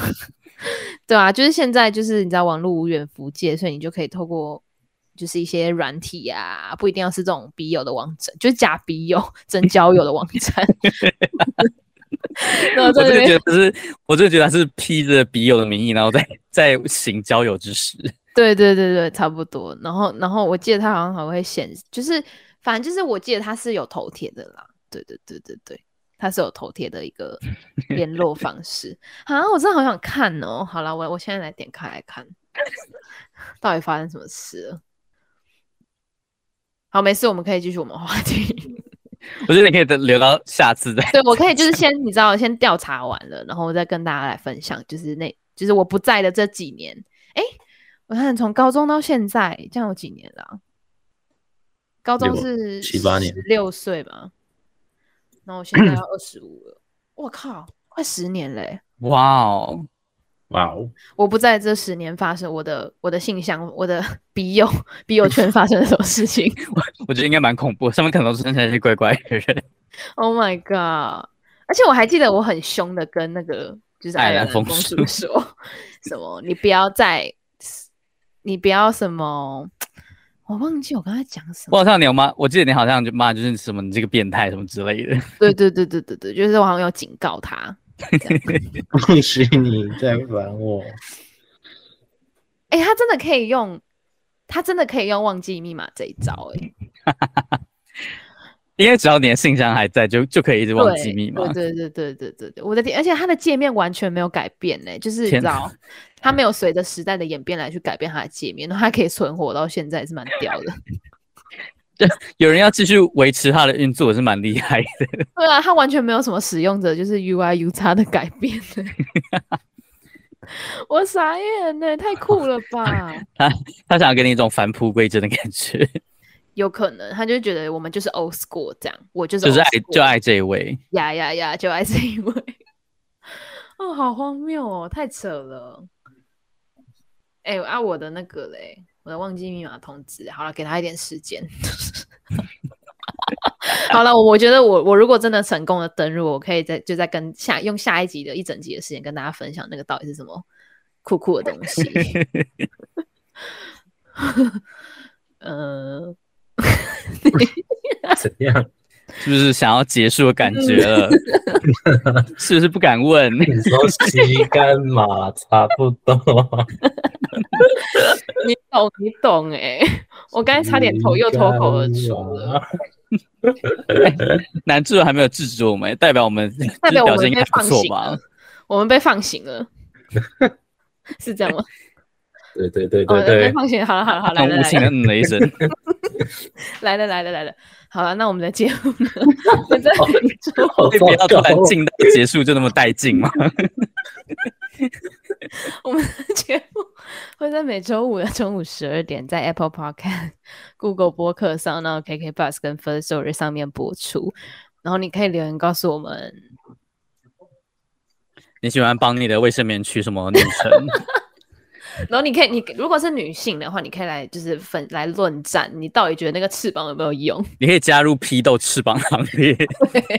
Speaker 3: 对啊，就是现在就是你知道网络无远弗届，所以你就可以透过就是一些软体啊，不一定要是这种笔友的网站，就是假笔友、真交友的网站。 然后
Speaker 2: 我
Speaker 3: 在
Speaker 2: 真
Speaker 3: 那
Speaker 2: 的
Speaker 3: 边
Speaker 2: 觉得是，我真的觉得他是披着笔友的名义，然后在在行交友之实。
Speaker 3: 对对对对，差不多。然后然后我记得他好像还会显，就是反正就是我记得他是有头贴的啦。对对对对对，他是有头贴的一个联络方式。啊，我真的好想看哦。好啦，我我现在来点开来看， 到底发生什么事了？好，没事，我们可以继续我们话题。
Speaker 2: 我觉得你可以等留到下次再。
Speaker 3: 对，我可以就是先，你知道，先调查完了，然后再跟大家来分享，就是那，就是我不在的这几年，诶，我看从高中到现在，这样有几年了啊、高中
Speaker 1: 六
Speaker 3: 是
Speaker 1: 七八年
Speaker 3: 六岁吧，然后我现在要二十五了，我靠，快十年嘞、
Speaker 2: 哇哦，
Speaker 1: 哇哦，
Speaker 3: 我不在这十年发生我的我的信箱，我的 笔友笔友圈发生了什么事情
Speaker 2: 我觉得应该蛮恐怖，上面可能都是那些乖乖的人，
Speaker 3: ？Oh my god！而且我还记得我很凶的跟那个就是
Speaker 2: 爱
Speaker 3: 爱
Speaker 2: 尔
Speaker 3: 尔
Speaker 2: 兰
Speaker 3: 兰
Speaker 2: 公
Speaker 3: 公
Speaker 2: 主
Speaker 3: 主说 什么，你不要再，你不要什么，我忘记我跟他讲什
Speaker 2: 我
Speaker 3: 么。
Speaker 2: 好像你有妈，我记得你好像就骂就是什么你这个变态什么之类的。
Speaker 3: 对对对对对对，就是我好像有警告他。
Speaker 1: 恭喜你在烦我，
Speaker 3: 哎、他真的可以用，他真的可以用忘记密码这一招、欸，哎，
Speaker 2: 因为只要你的信箱还在，就就可以一直忘记密码。
Speaker 3: 对对对对对对对，我的天！而且它的界面完全没有改变呢、就是你
Speaker 2: 天
Speaker 3: 知道，它没有随着时代的演变来去改变它的界面，然后它可以存活到现在也是蛮屌的。
Speaker 2: 有人要继续维持它的运作，是蛮厉害的。
Speaker 3: 对啊，它完全没有什么使用者就是 UI U 叉的 改变、欸，我傻眼呢、太酷了 吧！
Speaker 2: 他想要给你一种返璞归真的感 觉，
Speaker 3: 有可能他就觉得我们就是 old school 这样，我哦就是
Speaker 2: 就是
Speaker 3: old
Speaker 2: 爱
Speaker 3: school
Speaker 2: 就爱这一位。
Speaker 3: 呀呀呀，就爱这一位。 哦，好荒谬哦，太扯了。哎、啊，我的那个嘞，我的忘记密码通知，好了，给他一点时间。 好了，我觉得我我如果真的成功的登入，我可以再就再跟下用下一集的一整集的时间跟大家分享那个到底是什么酷酷的东西。 呃，
Speaker 1: 怎样？
Speaker 2: 是不是想要结束的感觉
Speaker 3: 嗯
Speaker 2: 了？ 是不是不敢问？
Speaker 1: 你说吸干嘛？ 差不 多。
Speaker 3: 你懂，你懂哎、我刚才差点头又脱口而出了，
Speaker 2: 男主还没有制止我们，代表我们
Speaker 3: 代表我
Speaker 2: 表现
Speaker 3: 们
Speaker 2: 应该
Speaker 3: 被
Speaker 2: 不
Speaker 3: 放
Speaker 2: 错
Speaker 3: 行啊
Speaker 2: 吧
Speaker 3: 了？，我们被放行 了，是这样吗？
Speaker 1: 对对对
Speaker 3: 哦
Speaker 1: 对对
Speaker 3: 被，放行了，好了好了好了，来
Speaker 2: 很
Speaker 3: 了
Speaker 2: 无情的嗯了一 声，
Speaker 3: 来了来了来了来了，好了，那我们的节目呢，我在
Speaker 2: 哦
Speaker 3: 评出
Speaker 1: 好
Speaker 2: 你不要突
Speaker 1: 糟
Speaker 2: 然
Speaker 1: 糕
Speaker 2: 进到结束就那么带劲嘛。
Speaker 3: 我们的节目会在每周五的中午十二点在 Apple Podcast、Google 播客上，然后 KK Bus 跟 First Story 上面播出。然后你可以留言告诉我们，
Speaker 2: 你喜欢帮你的卫生棉取什么昵称？
Speaker 3: 然后你可以，你如果是女性的话，你可以来就是粉来论战，你到底觉得那个翅膀有没有用？
Speaker 2: 你可以加入批斗翅膀行列，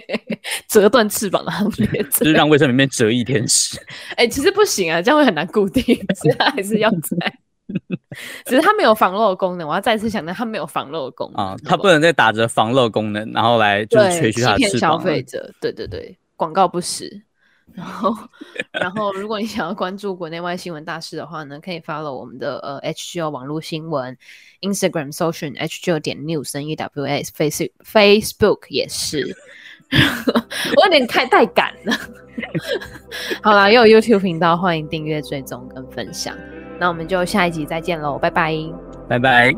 Speaker 3: 折断翅膀的行列之
Speaker 2: 就是
Speaker 3: 类。
Speaker 2: 让卫生棉变折翼天使。
Speaker 3: 哎、其实不行啊，这样会很难固定，所以它还是要在。 只是它没有防漏的功能。我要再次强调，它没有防漏的功能
Speaker 2: 啊，它不能再打着防漏功能，然后来就是
Speaker 3: 对
Speaker 2: 垂
Speaker 3: 欺
Speaker 2: 去它的
Speaker 3: 骗
Speaker 2: 翅
Speaker 3: 消
Speaker 2: 膀了。
Speaker 3: 费者，对对对，广告不实。然后，然后，如果你想要关注国内外新闻大事的话呢，可以 follow 我们的呃 HGO 网络新闻，Instagram 搜寻 HGO 点 news n e w s face Facebook 也是。 我有点太太赶了。 好啦，也有 YouTube 频道，欢迎订阅、追踪跟分享。那我们就下一集再见喽，拜拜。
Speaker 2: 拜拜。